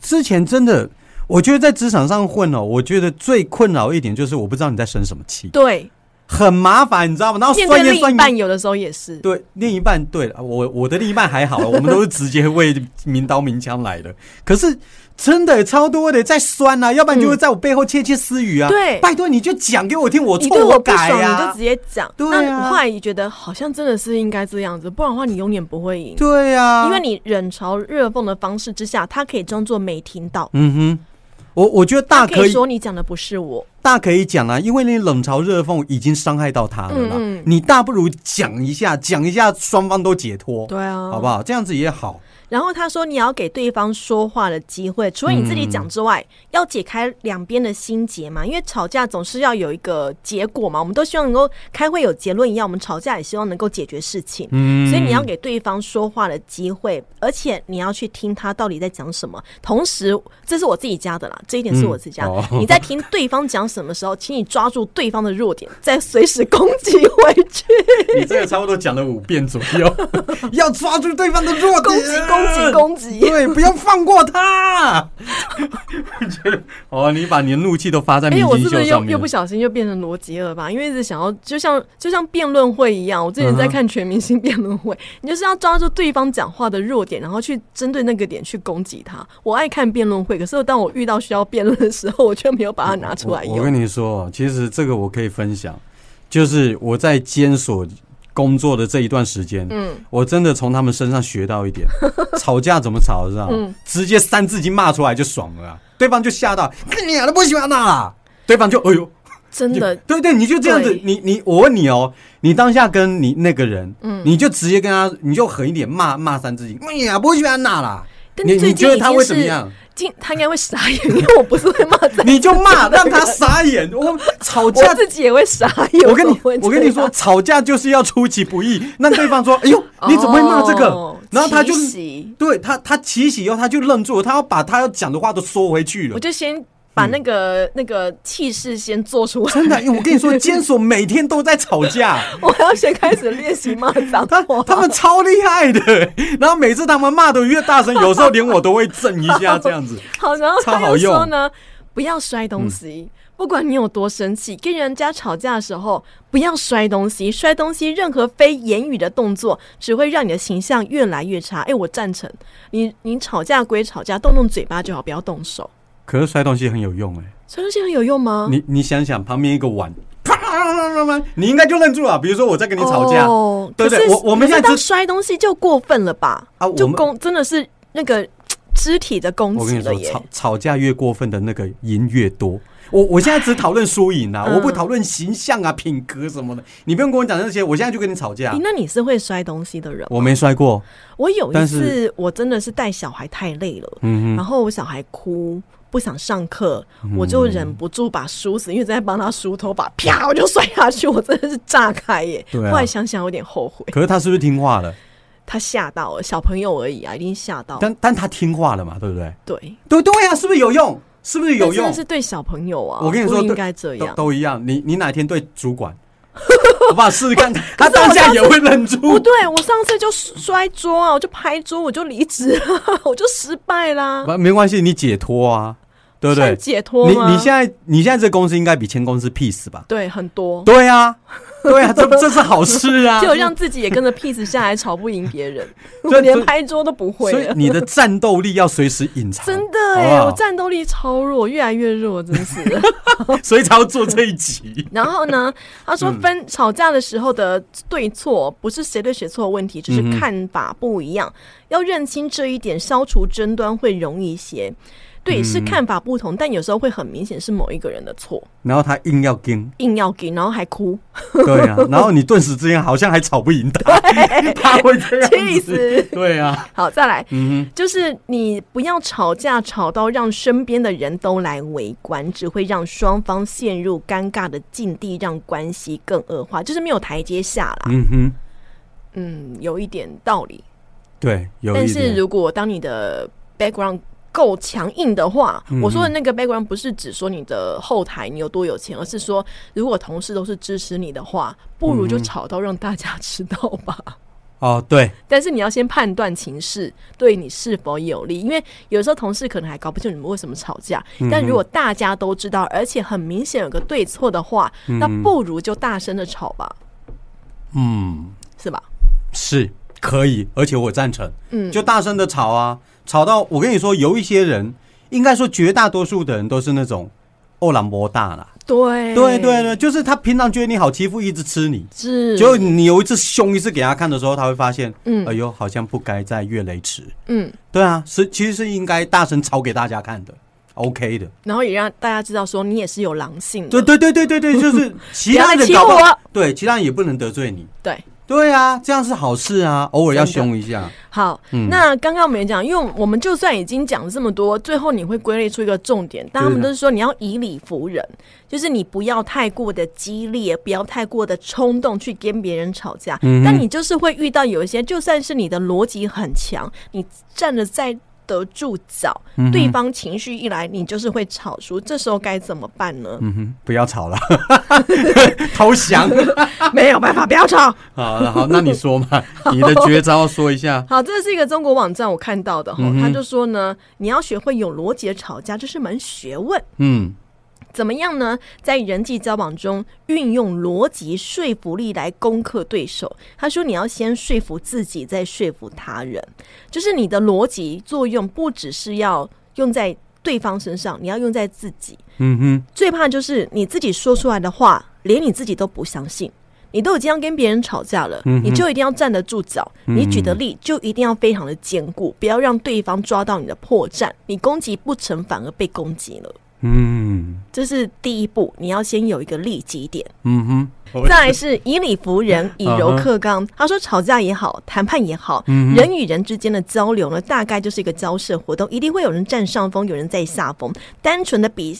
Speaker 1: 之前真的，我觉得在职场上混哦，我觉得最困扰一点就是我不知道你在生什么气，
Speaker 2: 对，
Speaker 1: 很麻烦，你知道吗？然后
Speaker 2: 面
Speaker 1: 酸
Speaker 2: 对
Speaker 1: 言
Speaker 2: 另
Speaker 1: 酸
Speaker 2: 一
Speaker 1: 语
Speaker 2: 半有的时候也是。
Speaker 1: 对，另一 半对了，我我的另一半还好，我们都是直接为明刀明枪来的。可是真的超多的，在酸啊，要不然就会在我背后窃窃私语啊。
Speaker 2: 嗯对
Speaker 1: 拜托你就讲给我听，我
Speaker 2: 你
Speaker 1: 哦错
Speaker 2: 对我不
Speaker 1: 改
Speaker 2: 爽，你就
Speaker 1: 啊
Speaker 2: 直。接讲。
Speaker 1: 对啊
Speaker 2: 那我后来也觉得，好像真的是应该这样子，不然的话你永远不会赢。
Speaker 1: 对啊，
Speaker 2: 因为你冷嘲热讽的方式之下，他可以装作没听到，
Speaker 1: 嗯哼，我我觉得大
Speaker 2: 他
Speaker 1: 可以
Speaker 2: 说你讲的不是我。
Speaker 1: 大可以讲啊，因为你冷嘲热讽已经伤害到他了啦，
Speaker 2: 嗯嗯
Speaker 1: 你大不如讲一下，讲一下双方都解脱，
Speaker 2: 对啊，
Speaker 1: 好不好？这样子也好。
Speaker 2: 然后他说，你要给对方说话的机会，除了你自己
Speaker 1: 嗯
Speaker 2: 讲之外，要解开两边的心结嘛。因为吵架总是要有一个结果嘛，我们都希望能够开会有结论一样，我们吵架也希望能够解决事情。
Speaker 1: 嗯
Speaker 2: 所以你要给对方说话的机会，而且你要去听他到底在讲什么。同时，这是我自己加的啦，这一点是我自己加的。
Speaker 1: 嗯哦
Speaker 2: 你在听对方讲什么时候，请你抓住对方的弱点，再随时攻击回去，
Speaker 1: 你这个差不多讲了五遍左右， 要抓住对方的弱点，
Speaker 2: 攻击攻击攻击。
Speaker 1: 对，不要放过 他。哦，你把你的怒气都发在
Speaker 2: 哎、
Speaker 1: 明
Speaker 2: 我
Speaker 1: 星
Speaker 2: 是不
Speaker 1: 秀
Speaker 2: 是又
Speaker 1: 上面
Speaker 2: 又不
Speaker 1: 了。
Speaker 2: 小心又变成罗杰了吧？因为一直想要，就像就像辩论会一样，我之前在看全明星辩论会，你就是要抓住对方讲话的弱点，然后去针对那个点去攻击他。我爱看辩论会，可是当我遇到需要辩论的时候，我却没有把它拿出来
Speaker 1: 我我
Speaker 2: 用。
Speaker 1: 跟你说，其实这个我可以分享，就是我在监所工作的这一段时间，
Speaker 2: 嗯，
Speaker 1: 我真的从他们身上学到一 点，吵架怎么吵，知道吗？
Speaker 2: 嗯
Speaker 1: 直接三字经骂出来就爽了啊，对方就吓到，跟你俩都不喜欢他啦。对方就哎呦，
Speaker 2: 真
Speaker 1: 你
Speaker 2: 的，
Speaker 1: 对对，你就这样子
Speaker 2: 对，
Speaker 1: 你你我问你哦，你当下跟你那个人，
Speaker 2: 嗯
Speaker 1: 你就直接跟他，你就狠一点骂骂三字经，你俩不喜欢他啦。
Speaker 2: 但
Speaker 1: 你
Speaker 2: 最
Speaker 1: 你觉
Speaker 2: 近
Speaker 1: 得
Speaker 2: 已
Speaker 1: 他
Speaker 2: 经
Speaker 1: 会怎么
Speaker 2: 是
Speaker 1: 样？
Speaker 2: 近，他应该会傻眼，因为我不是会骂脏，
Speaker 1: 你就骂，让他傻眼。 我吵
Speaker 2: 我
Speaker 1: 架
Speaker 2: 自己也会傻眼。
Speaker 1: 我跟你
Speaker 2: 怎么会这样
Speaker 1: 我跟你说，，吵架就是要出其不意，让对方说：“哎呦，你怎么会骂这个？”
Speaker 2: 哦
Speaker 1: 然后他就嗯
Speaker 2: 奇袭
Speaker 1: 对他他起喜以哦后，他就愣住了，他要把他要讲的话都说回去了
Speaker 2: 我。就先把那个、那个气势先做出来。
Speaker 1: 真的，因为我跟你 说，监所每天都在吵架，
Speaker 2: 我要先开始练习骂脏
Speaker 1: 他
Speaker 2: 话。
Speaker 1: 他们超厉害的。 然后每次他们骂的越大声，有时候连我都会震一下这样 子。
Speaker 2: 好，然后
Speaker 1: 超
Speaker 2: 他
Speaker 1: 好
Speaker 2: 又说
Speaker 1: 用嗯
Speaker 2: 呢，不要摔东西。不管你有多生气，跟人家吵架的时候，不要摔东西。摔东西，任何非言语的动作，只会让你的形象越来越差。哎、我赞成你。你吵架归吵架，动动嘴巴就好，不要动手。
Speaker 1: 可是摔东西很有用哎、
Speaker 2: 摔东西很有用吗？
Speaker 1: 你你想想，旁边一个碗，啪啪啪啪，你应该就愣住了。比如说我在跟你吵架，
Speaker 2: 哦、
Speaker 1: 对
Speaker 2: 可
Speaker 1: 对
Speaker 2: 是
Speaker 1: 我我们
Speaker 2: 可
Speaker 1: 现在
Speaker 2: 是到
Speaker 1: 只
Speaker 2: 摔东西就过分了吧？
Speaker 1: 啊我
Speaker 2: 就
Speaker 1: 们
Speaker 2: 攻真的是那个肢体的攻
Speaker 1: 我跟你
Speaker 2: 击了
Speaker 1: 说，
Speaker 2: 耶。
Speaker 1: 吵吵架越过分的那个赢越多。我我现在只讨论输赢啊，
Speaker 2: 嗯
Speaker 1: 我不讨论形象啊、品格什么的。你不用跟我讲那些，我现在就跟你吵架
Speaker 2: 咦。那你是会摔东西的人吗？
Speaker 1: 我没摔过，
Speaker 2: 我有一
Speaker 1: 但
Speaker 2: 次，我真的是带小孩太累了，
Speaker 1: 嗯
Speaker 2: 然后我小孩哭。不想上课，我就忍不住把梳子，因为在帮他梳头发，啪，我就摔下去，我真的是炸开耶！
Speaker 1: 对啊
Speaker 2: 后来想想有点后悔
Speaker 1: 哼。，可是他是不是听话了？
Speaker 2: 哦他吓到了小朋友而已啊，一定吓到。
Speaker 1: 但但他听话了嘛，对不对？
Speaker 2: 对，
Speaker 1: 对对呀、是不是有用？是不是有
Speaker 2: 但真
Speaker 1: 用
Speaker 2: 的？是对小朋友啊，
Speaker 1: 我跟你说，
Speaker 2: 不应
Speaker 1: 对
Speaker 2: 该这样
Speaker 1: 都。都一样。你你哪天对主 管，我把试试看，他
Speaker 2: 可是我
Speaker 1: 当下
Speaker 2: 上
Speaker 1: 也
Speaker 2: 次
Speaker 1: 会愣
Speaker 2: 不
Speaker 1: 住。
Speaker 2: 哦对，我上次就摔桌啊，我就拍桌，我就离职了， 我就失败啦，
Speaker 1: 不没关系，你解脱啊，对不
Speaker 2: 算
Speaker 1: 对？
Speaker 2: 解脱
Speaker 1: 你
Speaker 2: 吗？
Speaker 1: 你现在你现在这公司应该比前公司 peace 吧？
Speaker 2: 对很多，
Speaker 1: 对啊，对啊，这这是好事啊。
Speaker 2: 就让自己也跟着 P 子下来，吵不赢别 人，
Speaker 1: 所
Speaker 2: 我
Speaker 1: 以
Speaker 2: 连拍桌都不会
Speaker 1: 所以
Speaker 2: 了。
Speaker 1: 你的战斗力要随时隐藏，
Speaker 2: 真的
Speaker 1: 好
Speaker 2: 哎、
Speaker 1: 不好
Speaker 2: 我战斗力超弱，越来越弱，真是。
Speaker 1: 所以才要做这一 集。
Speaker 2: 然后 呢，他说
Speaker 1: 嗯
Speaker 2: 分吵架的时候的对错，不是谁对谁错的问题，只
Speaker 1: 嗯
Speaker 2: 是看法不一样，要认清这一点，消除争端会容易一些。对，是
Speaker 1: 嗯
Speaker 2: 看法不同，但有时候会很明显是某一个人的错，
Speaker 1: 然后他硬要跟，
Speaker 2: 硬要给，然后还哭，
Speaker 1: 对 啊，然后你顿时之间好像还吵不赢他， 他会这样
Speaker 2: 气
Speaker 1: 子，
Speaker 2: 死。
Speaker 1: 对啊，
Speaker 2: 好，再来，
Speaker 1: 嗯
Speaker 2: 就是你不要吵架吵到让身边的人都来围观，只会让双方陷入尴尬的境地，让关系更恶化，就是没有台阶下啦
Speaker 1: 哼，。嗯哼，
Speaker 2: 嗯，有一点道理。
Speaker 1: 对，有
Speaker 2: 但
Speaker 1: 一
Speaker 2: 是
Speaker 1: 点，
Speaker 2: 如果当你的 background 够强硬的话，
Speaker 1: 嗯
Speaker 2: 我说的那个 background 不是只说你的后台你有多有钱，而是说如果同事都是支持你的话，不如
Speaker 1: 嗯
Speaker 2: 就吵到让大家知道吧。
Speaker 1: 哦，对，
Speaker 2: 但是你要先判断情势对你是否有利，因为有时候同事可能还搞不清楚你们为什么吵架。
Speaker 1: 嗯
Speaker 2: 但如果大家都知道，而且很明显有个对错的话，那不如就大声的吵吧，
Speaker 1: 嗯，
Speaker 2: 是吧？
Speaker 1: 是可以，而且我赞成，
Speaker 2: 嗯
Speaker 1: 就大声的吵啊，吵到我跟你说，有一些人应该说绝大多数的人都是那种欧朗博大啦。
Speaker 2: 对
Speaker 1: 对对对，就是他平常觉得你好欺负，一直吃你。
Speaker 2: 是，
Speaker 1: 就你有一次凶一次给他看的时候，他会发现，哎
Speaker 2: 嗯
Speaker 1: 呦，好像不该再越雷池。
Speaker 2: 嗯，
Speaker 1: 对啊，是其实是应该大声吵给大家看的，OK 的。
Speaker 2: 然后也让大家知道说你也是有狼性的，
Speaker 1: 对对对对对对，就是 其他
Speaker 2: 不要再
Speaker 1: 人
Speaker 2: 欺
Speaker 1: 搞不
Speaker 2: 负我
Speaker 1: 好，对其他人也不能得罪你。
Speaker 2: 对
Speaker 1: 对啊，这样是好事啊，偶尔要
Speaker 2: 真的
Speaker 1: 凶一下。
Speaker 2: 好，
Speaker 1: 嗯
Speaker 2: 那刚刚我们也讲，因为我们就算已经讲了这么多，最后你会归类出一个重点，但他们都是说你要以理服人，就是你不要太过的激烈，不要太过的冲动去跟别人吵架。
Speaker 1: 嗯哼
Speaker 2: 但你就是会遇到有一些，就算是你的逻辑很强，你站得再得住脚，
Speaker 1: 嗯
Speaker 2: 对方情绪一来，你就是会吵输。这时候该怎么办呢？
Speaker 1: 嗯哼，不要吵 了，投降。
Speaker 2: 没有办法，不要吵。
Speaker 1: 好，好，那你说 嘛，你的绝招说一下。
Speaker 2: 好，这是一个中国网站我看到的哈
Speaker 1: 嗯，哼
Speaker 2: 他就说呢，你要学会有逻辑的吵架，这是门学问。
Speaker 1: 嗯，
Speaker 2: 怎么样呢？在人际交往中运用逻辑说服力来攻克对手。他说，你要先说服自己，再说服他人，就是你的逻辑作用不只是要用在对方身上，你要用在自己。
Speaker 1: 嗯哼，
Speaker 2: 最怕就是你自己说出来的话，连你自己都不相信。你都已经要跟别人吵架了，你就一定要站得住脚。你举的例就一定要非常的坚固，不要让对方抓到你的破绽。你攻击不成，反而被攻击了。
Speaker 1: 嗯
Speaker 2: 这是第一步，你要先有一个利己点。
Speaker 1: 嗯哼，我嗯
Speaker 2: 再来是以理服人，以柔克刚。他说，吵架也好，谈判也好，
Speaker 1: 嗯
Speaker 2: 人与人之间的交流呢，大概就是一个交涉活动，一定会有人占上风，有人在下风。单纯的比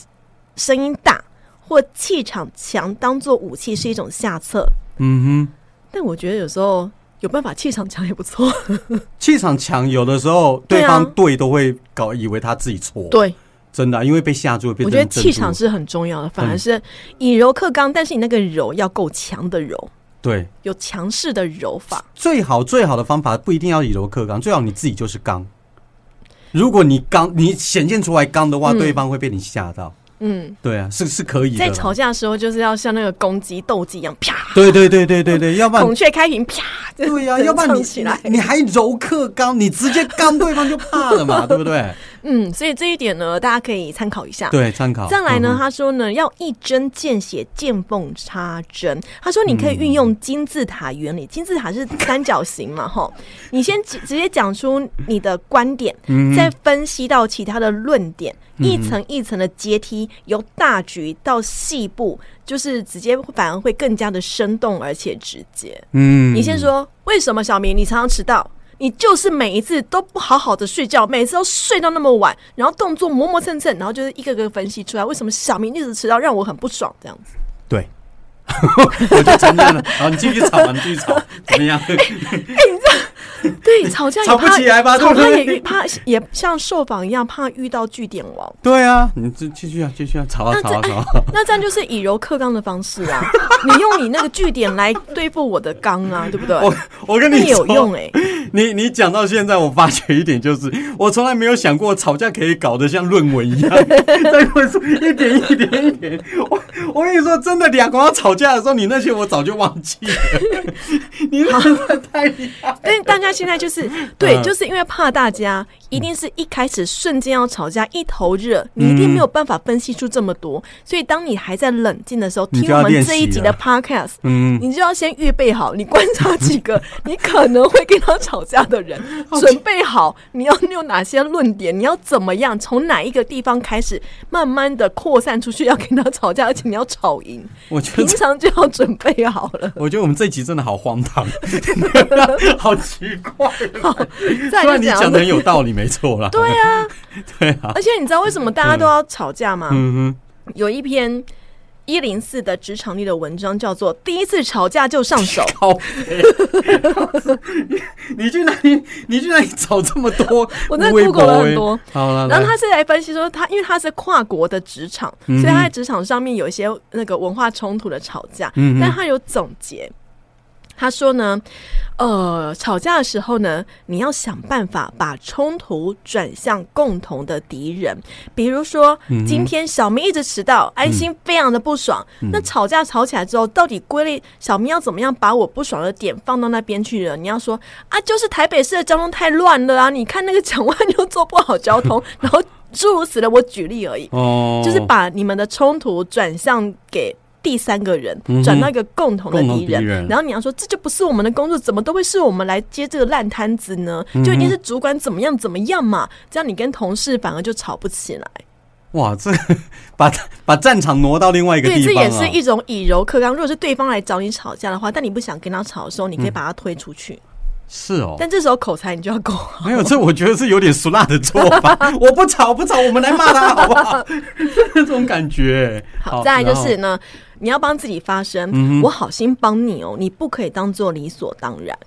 Speaker 2: 声音大或气场强当做武器是一种下策，
Speaker 1: 嗯
Speaker 2: 但我觉得有时候有办法气场强也不错。
Speaker 1: 哦哼，气场强，有的时候
Speaker 2: 对
Speaker 1: 对
Speaker 2: 啊
Speaker 1: 方对都会搞以为他自己错，
Speaker 2: 对，
Speaker 1: 真的啊，因为被吓住，变
Speaker 2: 我
Speaker 1: 成嗯
Speaker 2: 觉得
Speaker 1: 镇
Speaker 2: 气
Speaker 1: 住
Speaker 2: 场
Speaker 1: 了
Speaker 2: 是很重要的，反而是以柔克刚，但是你那个柔要够强的柔，
Speaker 1: 对。
Speaker 2: 有强势的柔法。
Speaker 1: 最好最好的方法不一定要以柔克刚，最好你自己就是刚。如果你刚，你显现出来刚的话，
Speaker 2: 嗯
Speaker 1: 对方会被你吓到。
Speaker 2: 嗯，
Speaker 1: 对啊，是是可以的
Speaker 2: 在
Speaker 1: 啦。
Speaker 2: 吵架的时候，就是要像那个公鸡斗鸡一样，啪，
Speaker 1: 对对对对对对，要不然
Speaker 2: 孔雀开屏，啪，
Speaker 1: 对呀、
Speaker 2: 这样
Speaker 1: 要不然
Speaker 2: 唱
Speaker 1: 你
Speaker 2: 起来。
Speaker 1: 你你 还柔克刚，你直接刚对方就怕了 嘛，对不对？
Speaker 2: 嗯，所以这一点呢，大家可以参考一下。
Speaker 1: 对，参考。
Speaker 2: 再来呢，
Speaker 1: 嗯哼？
Speaker 2: 他说呢，要一针见血，见缝插针。他说你可以运用金字塔原
Speaker 1: 嗯
Speaker 2: 理，金字塔是三角形嘛，吼，你先直直接讲出你的观点，
Speaker 1: 嗯
Speaker 2: 再分析到其他的论点，一层一层的阶梯，由大局到细部，就是直接反而会更加的生动而且直接。
Speaker 1: 嗯
Speaker 2: 你先说，为什么小明你常常迟到？你就是每一次都不好好的睡觉，每次都睡到那么晚，然后动作磨磨蹭蹭，然后就是一个个分析出来，为什么小明一直迟到，让我很不爽这样子。
Speaker 1: 对， 我就承认了。好，你继续吵吧，你继续 吵，怎么样？
Speaker 2: 对，吵架也
Speaker 1: 吵不
Speaker 2: 怕
Speaker 1: 起来吧
Speaker 2: 吵
Speaker 1: 对
Speaker 2: 架
Speaker 1: 不对
Speaker 2: 也遇怕也像受访一样，怕遇到据点 王。
Speaker 1: 对啊，你继继续啊，继续啊，吵啊
Speaker 2: 那
Speaker 1: 吵啊
Speaker 2: 这
Speaker 1: 吵啊。
Speaker 2: 那这样就是以柔克刚的方式啊，你用你那个据点来对付 我的刚啊，对不对？
Speaker 1: 我我跟
Speaker 2: 那
Speaker 1: 你
Speaker 2: 也有
Speaker 1: 说
Speaker 2: 用哎、
Speaker 1: 你你讲到现在，我发觉一点就是，我从来没有想过吵架可以搞得像论文 一样，在论述一点一点一点。我我跟你说，真的，俩光要吵架的时候，你那些我早就忘记了。你真的太厉害了。
Speaker 2: 但是大家现在就是对，
Speaker 1: 嗯
Speaker 2: 就是因为怕大家一定是一开始瞬间要吵架，一头热，你一定没有办法分析出这么多，所以当你还在冷静的时候，
Speaker 1: 你就
Speaker 2: 听
Speaker 1: 要
Speaker 2: 我们
Speaker 1: 练习
Speaker 2: 这一集的
Speaker 1: 了
Speaker 2: podcast。
Speaker 1: 嗯，
Speaker 2: 你就要先预备好，你观察几个 你可能会跟他吵架 的人，准备好你要用哪些论点，你要怎么样，从哪一个地方开始，慢慢的扩散出去，要跟他吵架，而且你要吵赢，
Speaker 1: 我觉
Speaker 2: 平
Speaker 1: 得。
Speaker 2: 常就要准备好了。
Speaker 1: 我觉得我们这集真的好荒 唐，好奇怪。
Speaker 2: 再来
Speaker 1: 虽然
Speaker 2: 就
Speaker 1: 你
Speaker 2: 讲
Speaker 1: 讲
Speaker 2: 到
Speaker 1: 的很有道理，没错啦。
Speaker 2: 对啊，
Speaker 1: 对啊，
Speaker 2: 而且你知道为什么大家都要吵架吗？
Speaker 1: 嗯
Speaker 2: 有一篇一零四的职场力的文章叫做《第一次吵架就上手》
Speaker 1: 哼，， 靠北。你去哪里？你去哪里找这么多？
Speaker 2: 我真的 Google 了很多。
Speaker 1: 好了，
Speaker 2: 然
Speaker 1: 来
Speaker 2: 后他是来分析说他，因为他是跨国的职场，
Speaker 1: 嗯哼
Speaker 2: 所以他在职场上面有一些那个文化冲突的吵架，
Speaker 1: 嗯哼
Speaker 2: 但他有总结。他说呢，呃，吵架的时候呢，你要想办法把冲突转向共同的敌人。比如说，
Speaker 1: 嗯
Speaker 2: 今天小明一直迟到，安心非常的不爽。
Speaker 1: 嗯
Speaker 2: 那吵架吵起来之后，到底归类小明要怎么样把我不爽的点放到那边去呢？你要说 啊，就是台北市的交通太乱了啊！你看那个蒋万就做不好交通，然后诸如此类，我举例而已，
Speaker 1: 哦，
Speaker 2: 就是把你们的冲突转向给。第三个人
Speaker 1: 嗯哼
Speaker 2: 转到一个共同的
Speaker 1: 共同
Speaker 2: 敌人，
Speaker 1: 敌人
Speaker 2: 然后你要说这就不是我们的工作，怎么都会是我们来接这个烂摊子呢？
Speaker 1: 嗯
Speaker 2: 就一定是主管怎么样怎么样嘛，这样你跟同事反而就吵不起来。
Speaker 1: 哇，这 把把战场挪到另外一个
Speaker 2: 对，
Speaker 1: 地
Speaker 2: 这
Speaker 1: 方啊
Speaker 2: 也
Speaker 1: 了。
Speaker 2: 是一种以柔克刚。如果是对方来找你吵架的话，但你不想跟他吵的时候，你可
Speaker 1: 嗯
Speaker 2: 以把他推出去。
Speaker 1: 是哦，
Speaker 2: 但这时候口才你就要够好。
Speaker 1: 没有，这我觉得是有点俗辣的做 法。我不吵不吵，我们来骂他好不好？这种感觉。
Speaker 2: 好，再来就
Speaker 1: 然
Speaker 2: 是
Speaker 1: 后
Speaker 2: 呢，你要帮自己发声。
Speaker 1: 嗯
Speaker 2: 我好心帮你哦，你不可以当做理所当然。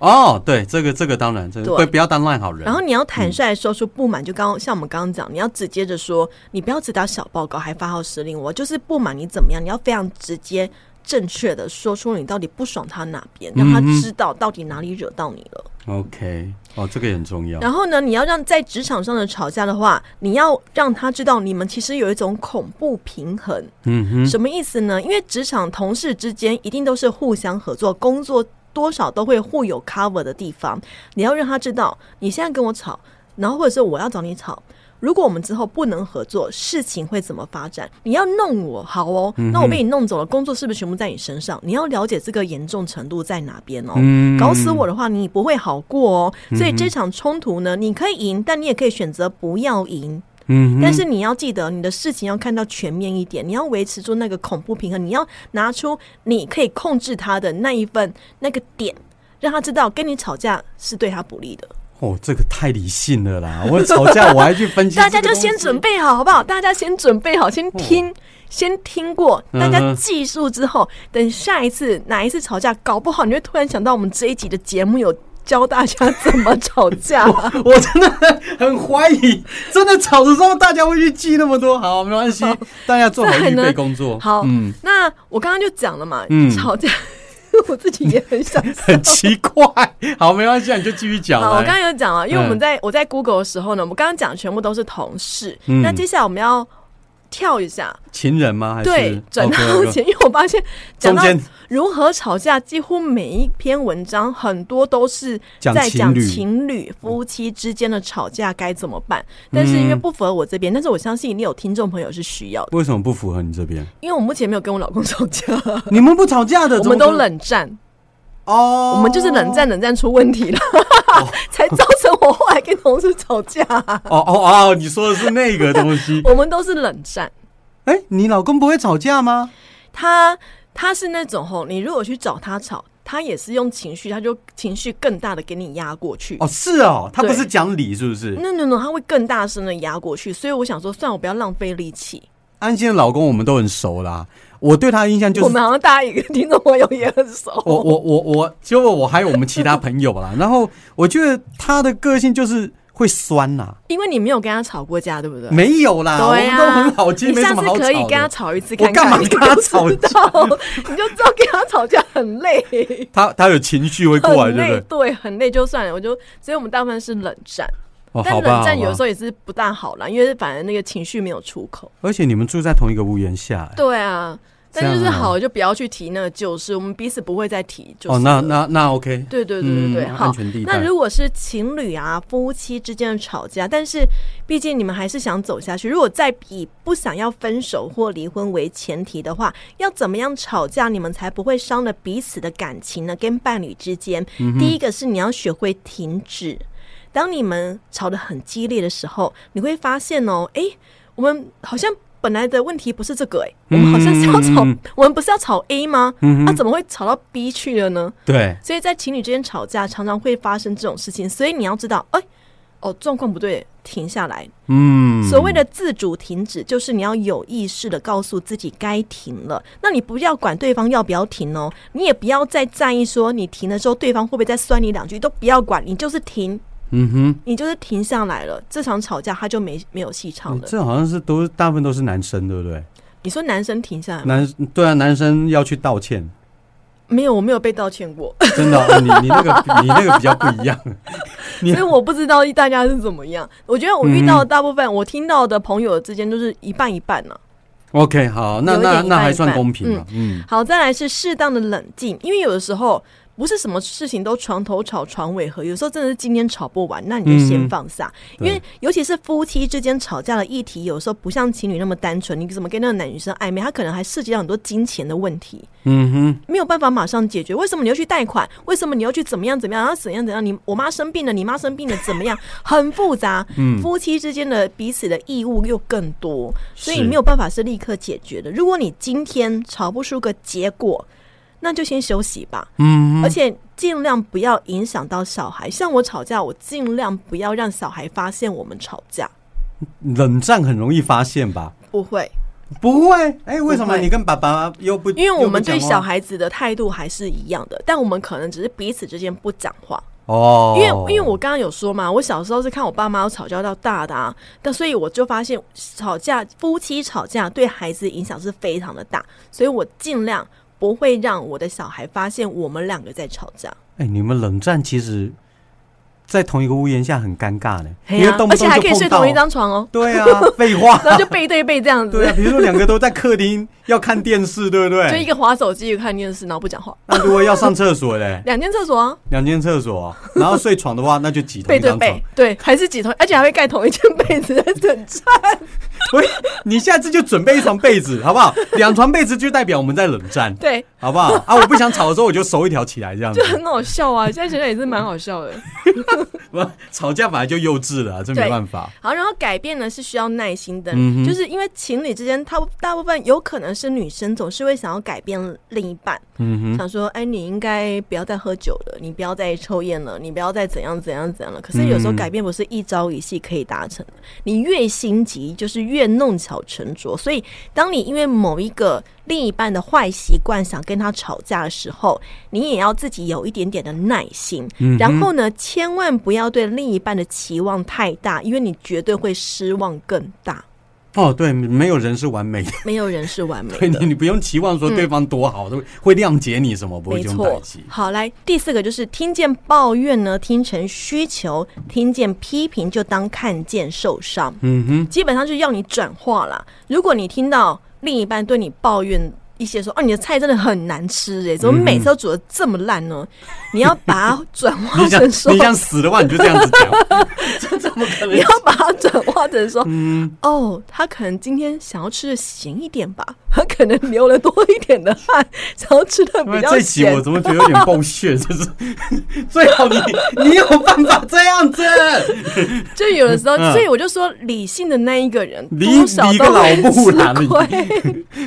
Speaker 1: 哦，对，这个这个当然，这个
Speaker 2: 对
Speaker 1: 不不要当烂好人。
Speaker 2: 然后你要坦率地说出不满，就刚像我们刚刚讲，你要直接着说，你不要只打小报告还发号施令，我就是不满你怎么样，你要非常直接。正确的说出你到底不爽他哪边，让他知道到底哪里惹到你了。
Speaker 1: OK，哦，这个也很重要。
Speaker 2: 然后呢，你要让在职场上的吵架的话，你要让他知道你们其实有一种恐怖平衡。
Speaker 1: 嗯哼，
Speaker 2: 什么意思呢？因为职场同事之间一定都是互相合作，工作多少都会互有 cover 的地方。你要让他知道，你现在跟我吵，然后或者是我要找你吵。如果我们之后不能合作，事情会怎么发展？你要弄我好哦，
Speaker 1: 嗯
Speaker 2: 那我被你弄走了，工作是不是全部在你身上？你要了解这个严重程度在哪边哦。
Speaker 1: 嗯
Speaker 2: 搞死我的话，你不会好过哦。所以这场冲突呢，你可以赢，但你也可以选择不要赢。
Speaker 1: 嗯
Speaker 2: 但是你要记得，你的事情要看到全面一点，你要维持住那个恐怖平衡，你要拿出你可以控制他的那一份那个点，让他知道跟你吵架是对他不利的。
Speaker 1: 哼，哦，这个太理性了啦！ 我吵架我还去分析这
Speaker 2: 大
Speaker 1: 个东西，
Speaker 2: 家就先准备好，好不好？大家先准备好，先听，先听过，
Speaker 1: 嗯
Speaker 2: 大
Speaker 1: 哼
Speaker 2: 家记住之后，等下一次哪一次吵架，搞不好你会突然想到我们这一集的节目有教大家怎么吵架。
Speaker 1: 我真的很怀疑，真的吵的时候大家会去记那么多，好，没关系，大家做好预备工作。
Speaker 2: 好，
Speaker 1: 嗯，
Speaker 2: 那我刚刚就讲了嘛，
Speaker 1: 嗯
Speaker 2: 吵架， 我自己也很想笑
Speaker 1: 很奇怪， 好，没关系，你就继续讲
Speaker 2: 好，我
Speaker 1: 来。
Speaker 2: 刚刚有讲啊，因为我们
Speaker 1: 嗯
Speaker 2: 在、我在 Google 的时候呢，我们刚刚讲全部都是同事，
Speaker 1: 嗯
Speaker 2: 那接下来我们要跳一下，
Speaker 1: 情人吗？还是
Speaker 2: 对，转到
Speaker 1: OK，OK
Speaker 2: 前，因为我发现讲到
Speaker 1: 中间
Speaker 2: 如何吵架，几乎每一篇文章很多都是
Speaker 1: 讲
Speaker 2: 在讲
Speaker 1: 情侣
Speaker 2: 情侣、夫妻之间的吵架该怎么办，但是因为不符合我这
Speaker 1: 嗯
Speaker 2: 边，但是我相信一定有听众朋友是需要的，
Speaker 1: 为什么不符合你这边？
Speaker 2: 因为我目前没有跟我老公吵架，
Speaker 1: 你们不吵架的，
Speaker 2: 我
Speaker 1: 怎么
Speaker 2: 们都
Speaker 1: 可
Speaker 2: 冷战。
Speaker 1: 哦，
Speaker 2: 我们就是冷战，冷战出问题了， 才造成我后来跟同事吵架、。
Speaker 1: 哦哦哦，你说的是那个东西
Speaker 2: 我们都是冷战。
Speaker 1: 哎、你老公不会吵架吗？
Speaker 2: 他他是那种吼，你如果去找他吵，他也是用情绪，他就情绪更大的给你压过去。
Speaker 1: 哦，是哦，他
Speaker 2: 对
Speaker 1: 不是讲理是不是？
Speaker 2: no no no，他会更大声的压过去，所以我想说，算了我不要浪费力气。
Speaker 1: 安心的老公我们都很熟啦，我对他的印象就是哦
Speaker 2: 我们好像大家一个听众朋友也很熟，
Speaker 1: 我我我我，结果我还有我们其他朋友啦。然后我觉得他的个性就是会酸呐、
Speaker 2: 因为你没有跟他吵过架，对不对？
Speaker 1: 没有啦，我
Speaker 2: 对
Speaker 1: 们
Speaker 2: 呀、
Speaker 1: 都很好，其实
Speaker 2: 你
Speaker 1: 没
Speaker 2: 下
Speaker 1: 什么
Speaker 2: 次
Speaker 1: 好吵
Speaker 2: 可以跟他
Speaker 1: 的。
Speaker 2: 吵一次
Speaker 1: 我
Speaker 2: 看看，
Speaker 1: 干嘛跟他吵
Speaker 2: 你就知道你就知道跟他吵架很累，
Speaker 1: 他他有情绪会啊过来，
Speaker 2: 很
Speaker 1: 对不
Speaker 2: 累
Speaker 1: 对，？
Speaker 2: 对，很累就算了。我就，所以我们大部分是冷战，
Speaker 1: 哦，
Speaker 2: 但
Speaker 1: 好吧，
Speaker 2: 冷
Speaker 1: 好
Speaker 2: 战有的时
Speaker 1: 吧。
Speaker 2: 候也是不大好啦，因为反正那个情绪没有出口。
Speaker 1: 而且你们住在同一个屋檐下、哎
Speaker 2: 对啊，
Speaker 1: 这
Speaker 2: 但就
Speaker 1: 样
Speaker 2: 是
Speaker 1: 啊
Speaker 2: 好就不要去提那个旧事，我们彼此不会再提。就是了、
Speaker 1: 哦，那那那 OK，
Speaker 2: 对对对对对，
Speaker 1: 嗯
Speaker 2: 好
Speaker 1: 安全地。带
Speaker 2: 那如果是情侣啊、夫妻之间的吵架，但是毕竟你们还是想走下去，如果再以不想要分手或离婚为前提的话，要怎么样吵架，你们才不会伤了彼此的感情
Speaker 1: 嗯
Speaker 2: 呢？跟伴侣之间，第一个是你要学会停止。当你们吵得很激烈的时候，你会发现哦，诶，我们好像本来的问题不是这个、诶，我
Speaker 1: 嗯
Speaker 2: 们好像是要吵， 我们不是要吵 A 吗？啊，怎么会吵到 B 去了呢？
Speaker 1: 对，
Speaker 2: 所以在情侣之间吵架，常常会发生这种事情。所以你要知道，哎、哦，状况不对，停下来。
Speaker 1: 嗯，
Speaker 2: 所谓的自主停止，就是你要有意识的告诉自己该停了。那你不要管对方要不要停哦，你也不要再在意说你停的时候对方会不会再酸你两句，都不要管，你就是停，
Speaker 1: 嗯哼，
Speaker 2: 你就是停下来了。这场吵架他就没没有戏唱了。
Speaker 1: 嗯这好像是都是大部分都是男生，对不对？
Speaker 2: 你说男生停下来吗？
Speaker 1: 男对啊，男生要去道歉，
Speaker 2: 没有，我没有被道歉 过，
Speaker 1: 真的哦、你你那个你那个比较不一样，你
Speaker 2: 所以我不知道大家是怎么样。我觉得我遇到的大部分，我听到的朋友之间都是一半一半啊呢、
Speaker 1: OK，好，那
Speaker 2: 有一点
Speaker 1: 那
Speaker 2: 一半
Speaker 1: 那还算
Speaker 2: 一半
Speaker 1: 公平了。嗯，
Speaker 2: 好，再来是适当的冷静，因为有的时候不是什么事情都床头吵床尾和，有时候真的是今天吵不完，那你就先放下。因为尤其是夫妻之间吵架的议题，有时候不像情侣那么单纯，你怎么跟那个男女生暧昧，他可能还涉及到很多金钱的问题，
Speaker 1: 嗯哼，
Speaker 2: 没有办法马上解决。为什么你要去贷款？为什么你要去怎么样怎么样？然后怎样怎样？你我妈生病了，你妈生病了，怎么样？很复杂。
Speaker 1: 嗯
Speaker 2: 夫妻之间的彼此的义务又更多，所以
Speaker 1: 是
Speaker 2: 没有办法是立刻解决的。如果你今天吵不出个结果，那就先休息吧。
Speaker 1: 嗯
Speaker 2: 而且尽量不要影响到小孩。像我吵架，我尽量不要让小孩发现我们吵架，
Speaker 1: 哼，嗯冷战很容易发现吧？
Speaker 2: 不会，
Speaker 1: 不会，哎、为什
Speaker 2: 不
Speaker 1: 么
Speaker 2: 会
Speaker 1: 你跟爸爸又不？
Speaker 2: 因为我们对
Speaker 1: 又不讲话
Speaker 2: 小孩子的态度还是一样的，但我们可能只是彼此之间不讲话。
Speaker 1: 哦，
Speaker 2: 因为因为我刚刚有说嘛，我小时候是看我爸妈吵架到大的、啊，但所以我就发现吵架夫妻吵架对孩子影响是非常的大，所以我尽量不会让我的小孩发现我们两个在吵架。
Speaker 1: 哎、你们冷战其实，在同一个屋檐下很尴尬呢，
Speaker 2: 嘿
Speaker 1: 因为
Speaker 2: 啊
Speaker 1: 动不
Speaker 2: 而且
Speaker 1: 动
Speaker 2: 还
Speaker 1: 就
Speaker 2: 可以睡
Speaker 1: 碰到。
Speaker 2: 同一张床哦，
Speaker 1: 对 啊，废话，
Speaker 2: 然后就背对背这样 子，
Speaker 1: 对啊，比如说两个都在客厅要看电视，对不
Speaker 2: 就一
Speaker 1: 对？
Speaker 2: 个划手机，一个看电视，然后不讲话。
Speaker 1: 那如果要上厕所嘞，
Speaker 2: 两间厕所啊，
Speaker 1: 两间厕所，哦然后睡床的话，那就挤同
Speaker 2: 背
Speaker 1: 一
Speaker 2: 对
Speaker 1: 张床
Speaker 2: 背。，对，还是几同，而且还会盖同一件被子， 很差。
Speaker 1: 喂，你下次就准备一床被子，好不好？两床被子就代表我们在冷战，
Speaker 2: 对，
Speaker 1: 好不好？啊，我不想吵的时候，我就收一条起来，这样子
Speaker 2: 就。很好笑啊！现在想想也是蛮好笑的。
Speaker 1: 不吵架本来就幼稚了啊、这没
Speaker 2: 对
Speaker 1: 办法。
Speaker 2: 好，然后改变呢是需要耐心的，
Speaker 1: 嗯哼
Speaker 2: 就是因为情侣之间，他大部分有可能是女生总是会想要改变另一半，
Speaker 1: 嗯哼，
Speaker 2: 想说，哎，你应该不要再喝酒了，你不要再抽烟了，你不要再怎样怎样怎样了。可是有时候
Speaker 1: 嗯
Speaker 2: 改变不是一朝一夕可以达成的，你越心急就是越弄巧成拙。所以，当你因为某一个另一半的坏习惯想跟他吵架的时候，你也要自己有一点点的耐心。然后呢，千万不要对另一半的期望太大，因为你绝对会失望更大。
Speaker 1: 哦，对，没有人是完美的，
Speaker 2: 没有人是完美的。
Speaker 1: 对你你不用期望说对方多好，都会谅解你什么，不会
Speaker 2: 嗯没
Speaker 1: 这种代
Speaker 2: 错
Speaker 1: 际，。
Speaker 2: 好，来第四个就是听见抱怨呢，听成需求；听见批评就当看见受伤。
Speaker 1: 嗯哼，
Speaker 2: 基本上就是要你转化啦。如果你听到另一半对你抱怨一些说：“哦，你的菜真的很难吃
Speaker 1: 嗯
Speaker 2: 耶，怎么每次都煮的这么烂 呢？”你要把它转化
Speaker 1: 你想
Speaker 2: 成说
Speaker 1: 你。 想死的话，你就这样子讲，这怎么可能
Speaker 2: 你？要把它转化成说，
Speaker 1: 嗯
Speaker 2: 哦，他可能今天想要吃的咸一点吧，他可能流了多一点的汗，想要吃的
Speaker 1: 因
Speaker 2: 比
Speaker 1: 为
Speaker 2: 较
Speaker 1: 这期
Speaker 2: 咸
Speaker 1: 我。怎么觉得有点暴血，就是 最好你你有办法这样子，
Speaker 2: 就有的时候，
Speaker 1: 嗯
Speaker 2: 所以我就说，理性的那一个人，
Speaker 1: 理
Speaker 2: 多少
Speaker 1: 理
Speaker 2: 都
Speaker 1: 个
Speaker 2: 会
Speaker 1: 老布啦
Speaker 2: 吃亏，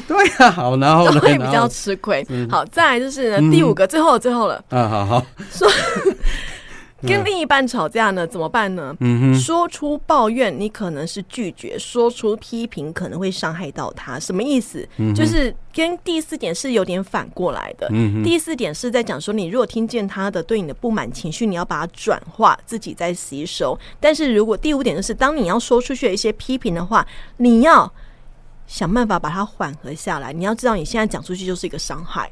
Speaker 1: 对呀、啊，好， 然后
Speaker 2: 都
Speaker 1: 呢，
Speaker 2: 会比
Speaker 1: 然
Speaker 2: 较
Speaker 1: 后嗯
Speaker 2: 吃亏。好，再来就是呢，第五个，最后最后了，
Speaker 1: 啊，好好，
Speaker 2: 跟另一半吵架呢，怎么办呢？说出抱怨，你可能是拒绝；说出批评，可能会伤害到他。什么意思？就是跟第四点是有点反过来的。第四点是在讲说，你如果听见他的对你的不满情绪，你要把它转化，自己再吸收。但是如果第五点就是，当你要说出去的一些批评的话，你要想办法把它缓和下来。你要知道，你现在讲出去就是一个伤害。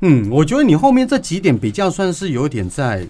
Speaker 1: 嗯，我觉得你后面这几点比较算是有点在，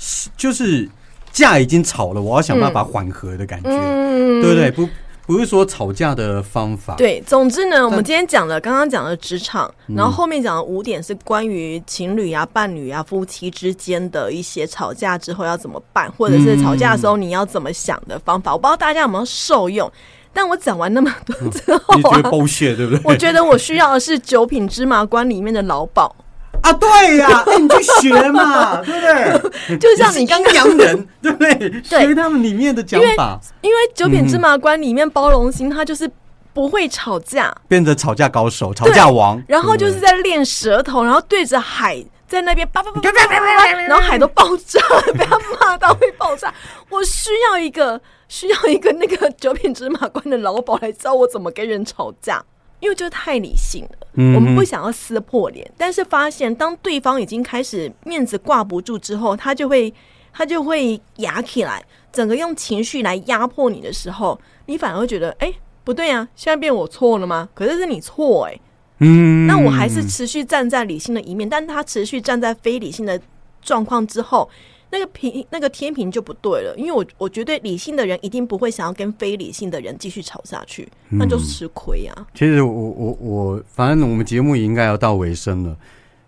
Speaker 1: 是就是架已经吵了，我要想办法缓和的感觉，
Speaker 2: 嗯
Speaker 1: 对不对？不不是说吵架的方法，
Speaker 2: 对，总之呢，我们今天讲了刚刚讲的职场，
Speaker 1: 嗯
Speaker 2: 然后后面讲的五点是关于情侣啊、伴侣啊、夫妻之间的一些吵架之后要怎么办，或者是吵架的时候你要怎么想的方法。我不知道大家有没有受用，但我讲完那么多之后
Speaker 1: 你觉得
Speaker 2: 啊，
Speaker 1: 暴血对不对？
Speaker 2: 我觉得我需要的是九品芝麻官里面的老鸨，
Speaker 1: 啊，对呀、 哎、你去学嘛，对不对？
Speaker 2: 就像你刚
Speaker 1: 你
Speaker 2: 刚
Speaker 1: 是阴阳 人，对不对？
Speaker 2: 对
Speaker 1: 学他们里面的讲法，
Speaker 2: 因为九品芝麻官里面包容心，他就是不会吵架，
Speaker 1: 变成吵架高手、吵架王，嗯
Speaker 2: 然后就是在练舌头，然后对着海在那边叭叭叭叭叭叭叭，然后海都爆炸， 被他骂到会爆炸。我需要一个需要一个那个九品芝麻官的老鸨来教我怎么跟人吵架。因为就是太理性了，
Speaker 1: 嗯哼
Speaker 2: 我们不想要撕破脸，但是发现当对方已经开始面子挂不住之后，他就会他就会压起来，整个用情绪来压迫你的时候，你反而会觉得，哎、不对啊，现在变我错了吗？可是是你错哎、
Speaker 1: 嗯
Speaker 2: 那我还是持续站在理性的一面，但他持续站在非理性的状况之后，那个平那个天平就不对了，因为我我觉得理性的人一定不会想要跟非理性的人继续吵下去，
Speaker 1: 嗯
Speaker 2: 那就吃亏啊。
Speaker 1: 其实我我我，反正我们节目也应该要到尾声了。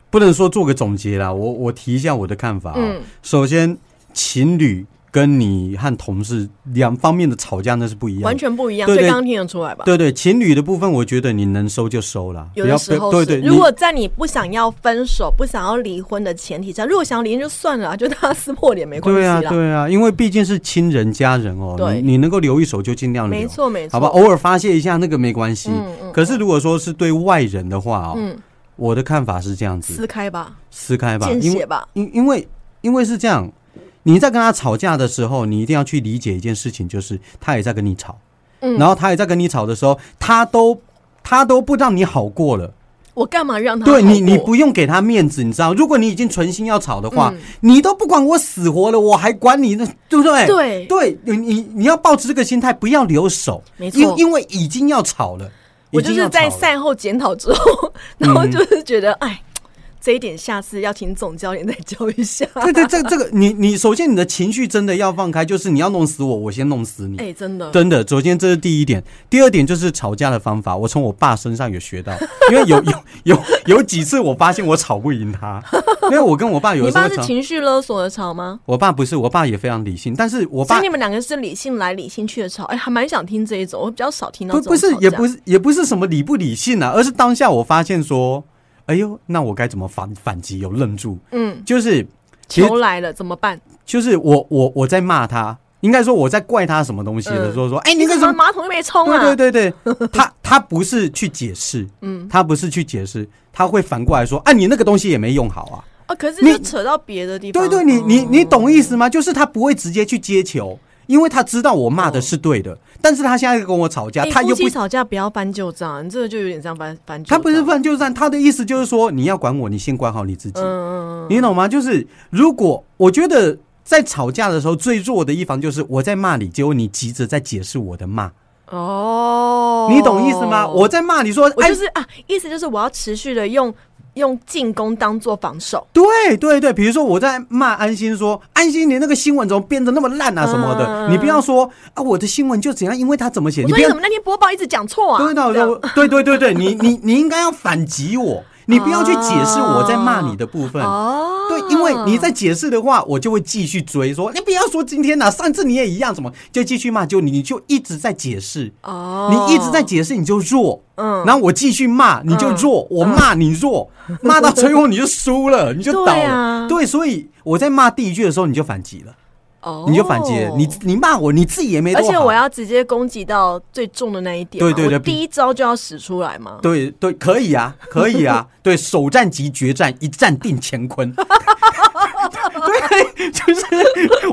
Speaker 1: 不能说做个总结啦，我我提一下我的看法啊、
Speaker 2: 嗯
Speaker 1: 首先，情侣跟你和同事两方面的吵架那是不一样
Speaker 2: 完
Speaker 1: 的。
Speaker 2: 全不一样，
Speaker 1: 对
Speaker 2: 所以
Speaker 1: 对
Speaker 2: 刚刚听得出来吧？
Speaker 1: 对对，情侣的部分，我觉得你能收就收啦，
Speaker 2: 有
Speaker 1: 不要
Speaker 2: 的时候
Speaker 1: 对
Speaker 2: 是，
Speaker 1: 对，你
Speaker 2: 如果在你不想要分手、不想要离婚的前提下，如果想要离婚就算了啊，就大家撕破脸没关系
Speaker 1: 对啊
Speaker 2: 啦。
Speaker 1: 对啊，因为毕竟是亲人家人哦，
Speaker 2: 对
Speaker 1: 你你能够留一手就尽量留，
Speaker 2: 没错没错，
Speaker 1: 好吧，哦偶尔发泄一下那个没关系。
Speaker 2: 嗯嗯
Speaker 1: 可是如果说是对外人的话哦，
Speaker 2: 嗯，
Speaker 1: 我的看法是这样子，
Speaker 2: 撕开吧，
Speaker 1: 撕开吧，
Speaker 2: 见
Speaker 1: 因为
Speaker 2: 血吧，
Speaker 1: 因因为因为是这样，你在跟他吵架的时候，你一定要去理解一件事情，就是他也在跟你吵，
Speaker 2: 嗯
Speaker 1: 然后他也在跟你吵的时候，他都他都不让你好过了，
Speaker 2: 我干嘛让他
Speaker 1: 对你
Speaker 2: 好过
Speaker 1: 你不用给他面子，你知道，如果你已经存心要吵的
Speaker 2: 嗯
Speaker 1: 话，你都不管我死活了，我还管你呢，对不对？
Speaker 2: 对
Speaker 1: 对，你你你要抱持这个心态，不要留手，
Speaker 2: 没错
Speaker 1: 因因为已经要吵了，
Speaker 2: 我
Speaker 1: 已
Speaker 2: 就
Speaker 1: 经
Speaker 2: 是
Speaker 1: 要吵嗯
Speaker 2: 在
Speaker 1: 了
Speaker 2: 赛后检讨之后，然后就是觉得，哎、这一点下次要请总教练再教一下。
Speaker 1: 对对，这这个你你首先你的情绪真的要放开，就是你要弄死我，我先弄死你。
Speaker 2: 哎、真的，
Speaker 1: 真的，首先这是第一点，第二点就是吵架的方法，我从我爸身上有学到，因为有有有有几次我发现我吵不赢他，因为我跟我爸有
Speaker 2: 你
Speaker 1: 的时候
Speaker 2: 爸是
Speaker 1: 吵，
Speaker 2: 情绪勒索的吵吗？
Speaker 1: 我爸不是，我爸也非常理性，但是我
Speaker 2: 所
Speaker 1: 爸
Speaker 2: 以你们两个是理性来理性去的吵，哎、还蛮想听这一种，我比较少听到
Speaker 1: 不
Speaker 2: 这
Speaker 1: 不
Speaker 2: 种
Speaker 1: 是
Speaker 2: 吵
Speaker 1: 也
Speaker 2: 架
Speaker 1: 不是也不是什么理不理性啊，而是当下我发现说，哎呦，那我该怎么反反击？有愣住，
Speaker 2: 嗯，
Speaker 1: 就是其实
Speaker 2: 球来了怎么办？
Speaker 1: 就是我我我在骂他，应该说我在怪他什么东西的
Speaker 2: 嗯
Speaker 1: 时候说，哎、你
Speaker 2: 怎
Speaker 1: 为什
Speaker 2: 么
Speaker 1: 么
Speaker 2: 马桶又没冲啊？
Speaker 1: 对对对对，他他不是去解释，嗯，他不是去解释，他会反过来说，啊，你那个东西也没用好啊。
Speaker 2: 啊，可是
Speaker 1: 你
Speaker 2: 就扯到别的地方。哦
Speaker 1: 对对，你你你懂意思吗？就是他不会直接去接球，因为他知道我骂的是对的，但是他现在跟我吵架，
Speaker 2: 哎
Speaker 1: 他
Speaker 2: 夫
Speaker 1: 又不
Speaker 2: 妻。吵架不要翻旧账，你这个就有点像翻翻旧
Speaker 1: 他
Speaker 2: 账。
Speaker 1: 不是犯就算他的意思就是说，你要管我，你先管好你自己，
Speaker 2: 嗯，嗯嗯
Speaker 1: 你懂吗？就是如果我觉得在吵架的时候，最弱的一方就是我在骂你，结果你急着在解释我的骂，
Speaker 2: 哦，
Speaker 1: 你懂意思吗？我在骂你说，
Speaker 2: 我
Speaker 1: 哎
Speaker 2: 就是啊，意思就是我要持续的用用进攻当做防守。
Speaker 1: 对对对，比如说我在骂安心说，安心你那个新闻怎么编得那么烂啊什么的，
Speaker 2: 嗯
Speaker 1: 你不要说啊我的新闻就怎样，因为他怎么写，
Speaker 2: 我
Speaker 1: 你
Speaker 2: 说
Speaker 1: 不
Speaker 2: 你
Speaker 1: 要
Speaker 2: 怎么那天播报一直讲错啊？
Speaker 1: 对
Speaker 2: 这样
Speaker 1: 对对对对对，你你你应该要反击我，你不要去解释我在骂你的部分。
Speaker 2: 哦，
Speaker 1: 对，因为你在解释的话，我就会继续追说，你不要说今天呐、上次你也一样，什么就继续骂，就你你就一直在解释，
Speaker 2: 哦，
Speaker 1: 你一直在解释，你就弱，
Speaker 2: 嗯
Speaker 1: 然后我继续骂，你就弱，我骂你弱，骂到最后你就输 了，你就倒
Speaker 2: 对
Speaker 1: 了。
Speaker 2: 啊
Speaker 1: 对，所以我在骂第一句的时候，你就反击了，
Speaker 2: 哦，
Speaker 1: 你就反击了，你你骂我，你自己也没
Speaker 2: 而
Speaker 1: 多
Speaker 2: 且
Speaker 1: 好
Speaker 2: 我。要直接攻击到最重的那一点嘛，
Speaker 1: 对对对
Speaker 2: 我第一招就要使出来嘛。
Speaker 1: 对对，可以啊，可以啊，对，首战即决战，一战定乾坤。 对，就是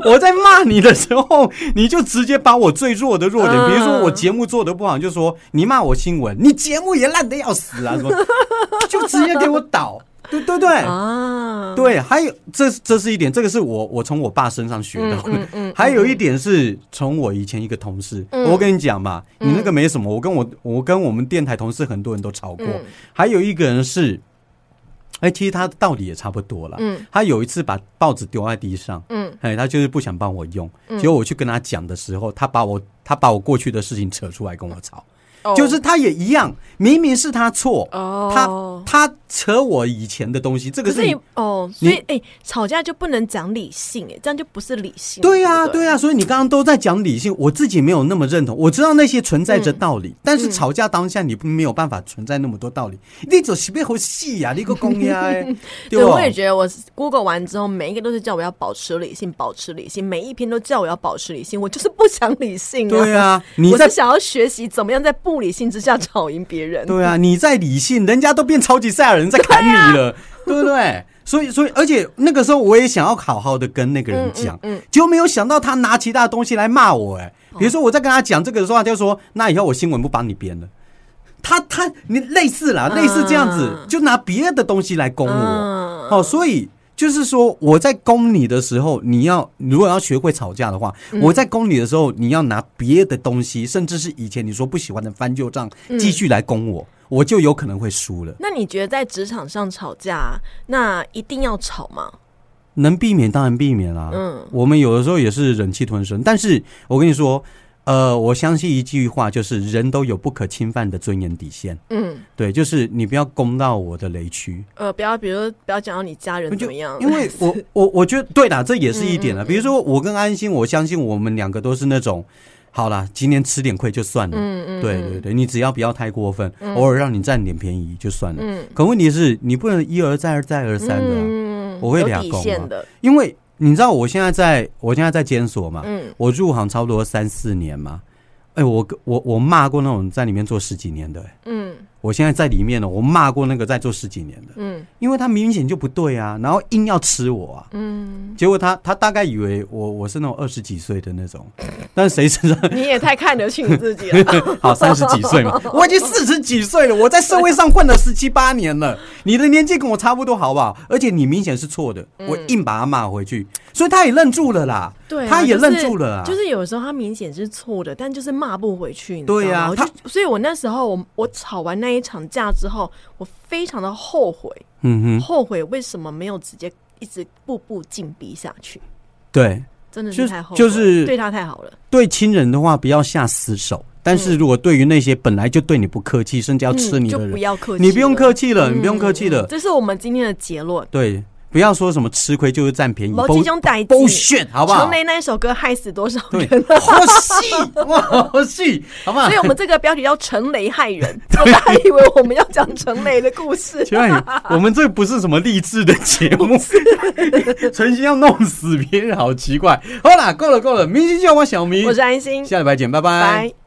Speaker 1: 我在骂你的时候，你就直接把我最弱的弱点，比如说我节目做的不好，你就说你骂我新闻，你节目也烂的要死啊，什么，就直接给我倒，对对对，
Speaker 2: 啊，
Speaker 1: 对，还有这这是一点，这个是我我从我爸身上学到的。
Speaker 2: 嗯嗯嗯
Speaker 1: 还有一点是从我以前一个同事，
Speaker 2: 嗯
Speaker 1: 我跟你讲嘛，你那个没什么，我跟我我跟我们电台同事很多人都吵过。
Speaker 2: 嗯
Speaker 1: 还有一个人是，哎、其实他的道理也差不多啦。
Speaker 2: 嗯
Speaker 1: 他有一次把报纸丢在地上，
Speaker 2: 嗯，
Speaker 1: 哎，他就是不想帮我用。结果我去跟他讲的时候，他把我他把我过去的事情扯出来跟我吵。
Speaker 2: 哦
Speaker 1: 就是他也一样，明明是他错，
Speaker 2: 哦
Speaker 1: 他他扯我以前的东西，这
Speaker 2: 可
Speaker 1: 个
Speaker 2: 是
Speaker 1: 是
Speaker 2: 你哦，所以
Speaker 1: 你
Speaker 2: 哎、吵架就不能讲理性哎、这样就不是理性。
Speaker 1: 对呀、
Speaker 2: 不
Speaker 1: 对啊呀、所以你刚刚都在讲理性，我自己没有那么认同。我知道那些存在
Speaker 2: 嗯
Speaker 1: 着道理，但是吵架当下你没有办法存在那么多道理。你走西边好戏呀，你个公鸭 欸，
Speaker 2: 对，
Speaker 1: 吧
Speaker 2: 我也觉得我 Google 完之后，每一个都是叫我要保持理性，保持理性，每一篇都叫我要保持理性，我就是不想理性、啊。
Speaker 1: 对啊你
Speaker 2: 我
Speaker 1: 在
Speaker 2: 是想要学习怎么样在不理性之下吵赢别人。
Speaker 1: 对啊，你在理性，人家都变超级赛亚人在砍你了， 对
Speaker 2: 啊
Speaker 1: 不对？所以，所以，而且那个时候我也想要好好的跟那个人讲，
Speaker 2: 嗯嗯哦嗯
Speaker 1: 结果没有想到他拿其他的东西来骂我、哎，比如说我在跟他讲这个的时候，他就说：“那以后我新闻不帮你编了。”他他你类似啦，
Speaker 2: 嗯
Speaker 1: 类似这样子，就拿别的东西来攻我。
Speaker 2: 嗯
Speaker 1: 哦，所以就是说我在攻你的时候，你要如果要学会吵架的话，
Speaker 2: 嗯
Speaker 1: 我在攻你的时候，你要拿别的东西，甚至是以前你说不喜欢的翻旧账，
Speaker 2: 嗯
Speaker 1: 继续来攻我，我就有可能会输了。
Speaker 2: 那你觉得在职场上吵架，那一定要吵吗？
Speaker 1: 能避免当然避免啦、
Speaker 2: 嗯
Speaker 1: 我们有的时候也是忍气吞声，但是我跟你说。呃，我相信一句话，就是人都有不可侵犯的尊严底线。
Speaker 2: 嗯，
Speaker 1: 对，就是你不要攻到我的雷区。
Speaker 2: 呃，不要，比如说不要讲到你家人怎么样，嗯
Speaker 1: 因 为我我我觉得对啦，这也是一点啦。比如说我跟安心，我相信我们两个都是那种，好啦，今天吃点亏就算了。
Speaker 2: 嗯嗯，
Speaker 1: 对对对，你只要不要太过分，偶尔让你占点便宜就算了。
Speaker 2: 嗯
Speaker 1: 可问题是，你不能一而再、二再而三的啊、
Speaker 2: 嗯
Speaker 1: 我会
Speaker 2: 有
Speaker 1: 俩
Speaker 2: 底
Speaker 1: 拱啊
Speaker 2: 线的，
Speaker 1: 因为你知道我现在在我现在在监所嘛，
Speaker 2: 嗯
Speaker 1: 我入行差不多三四年嘛。哎、我跟我我骂过那种在里面做十几年的、哎
Speaker 2: 嗯
Speaker 1: 我现在在里面呢，我骂过那个在做十几年的，
Speaker 2: 嗯
Speaker 1: 因为他明显就不对啊，然后硬要吃我啊。
Speaker 2: 嗯，
Speaker 1: 结果他他大概以为我我是那种二十几岁的那种，但是谁知道
Speaker 2: 你也太看得起你自己 了。
Speaker 1: 好三十几岁 嘛，我已经四十几岁了，我在社会上混了十七八年了，你的年纪跟我差不多好不好？而且你明显是错的，我硬把他骂回去，所以他也认住了啦，
Speaker 2: 嗯对啊、
Speaker 1: 他也
Speaker 2: 就是
Speaker 1: 认住了啊，
Speaker 2: 就是有时候他明显是错的，但就是骂不回去，你知道吗
Speaker 1: 对啊
Speaker 2: 我就所以，我那时候我我吵完那一场架之后，我非常的后悔，
Speaker 1: 嗯哼，
Speaker 2: 后悔为什么没有直接一直步步紧逼下去，
Speaker 1: 对，
Speaker 2: 真的
Speaker 1: 就是是
Speaker 2: 太后悔，
Speaker 1: 就是
Speaker 2: 对他太好了，
Speaker 1: 对亲人的话不要下死手，但是如果对于那些本来就对你不客气，甚至要吃
Speaker 2: 嗯
Speaker 1: 你
Speaker 2: 就
Speaker 1: 的
Speaker 2: 不
Speaker 1: 人，
Speaker 2: 要客气，嗯
Speaker 1: 你不用客，气了，你不用客气了，
Speaker 2: 这是我们今天的结论。
Speaker 1: 对，不要说什么吃亏就是占便宜，
Speaker 2: 毛巾兄代
Speaker 1: bullshit，好不好
Speaker 2: 陈？雷那一首歌害死多少
Speaker 1: 对
Speaker 2: 人？，
Speaker 1: 好戏哇，好戏，好不好
Speaker 2: 所以？我们这个标题叫“陈雷害人”，我大家以为我们要讲陈雷的 故事。
Speaker 1: 请问我们这不是什么励志的节目，存心要弄死别人，好奇怪。好啦，够了够了，明星叫我小明，
Speaker 2: 我是安心，
Speaker 1: 下礼拜见，拜拜
Speaker 2: 拜。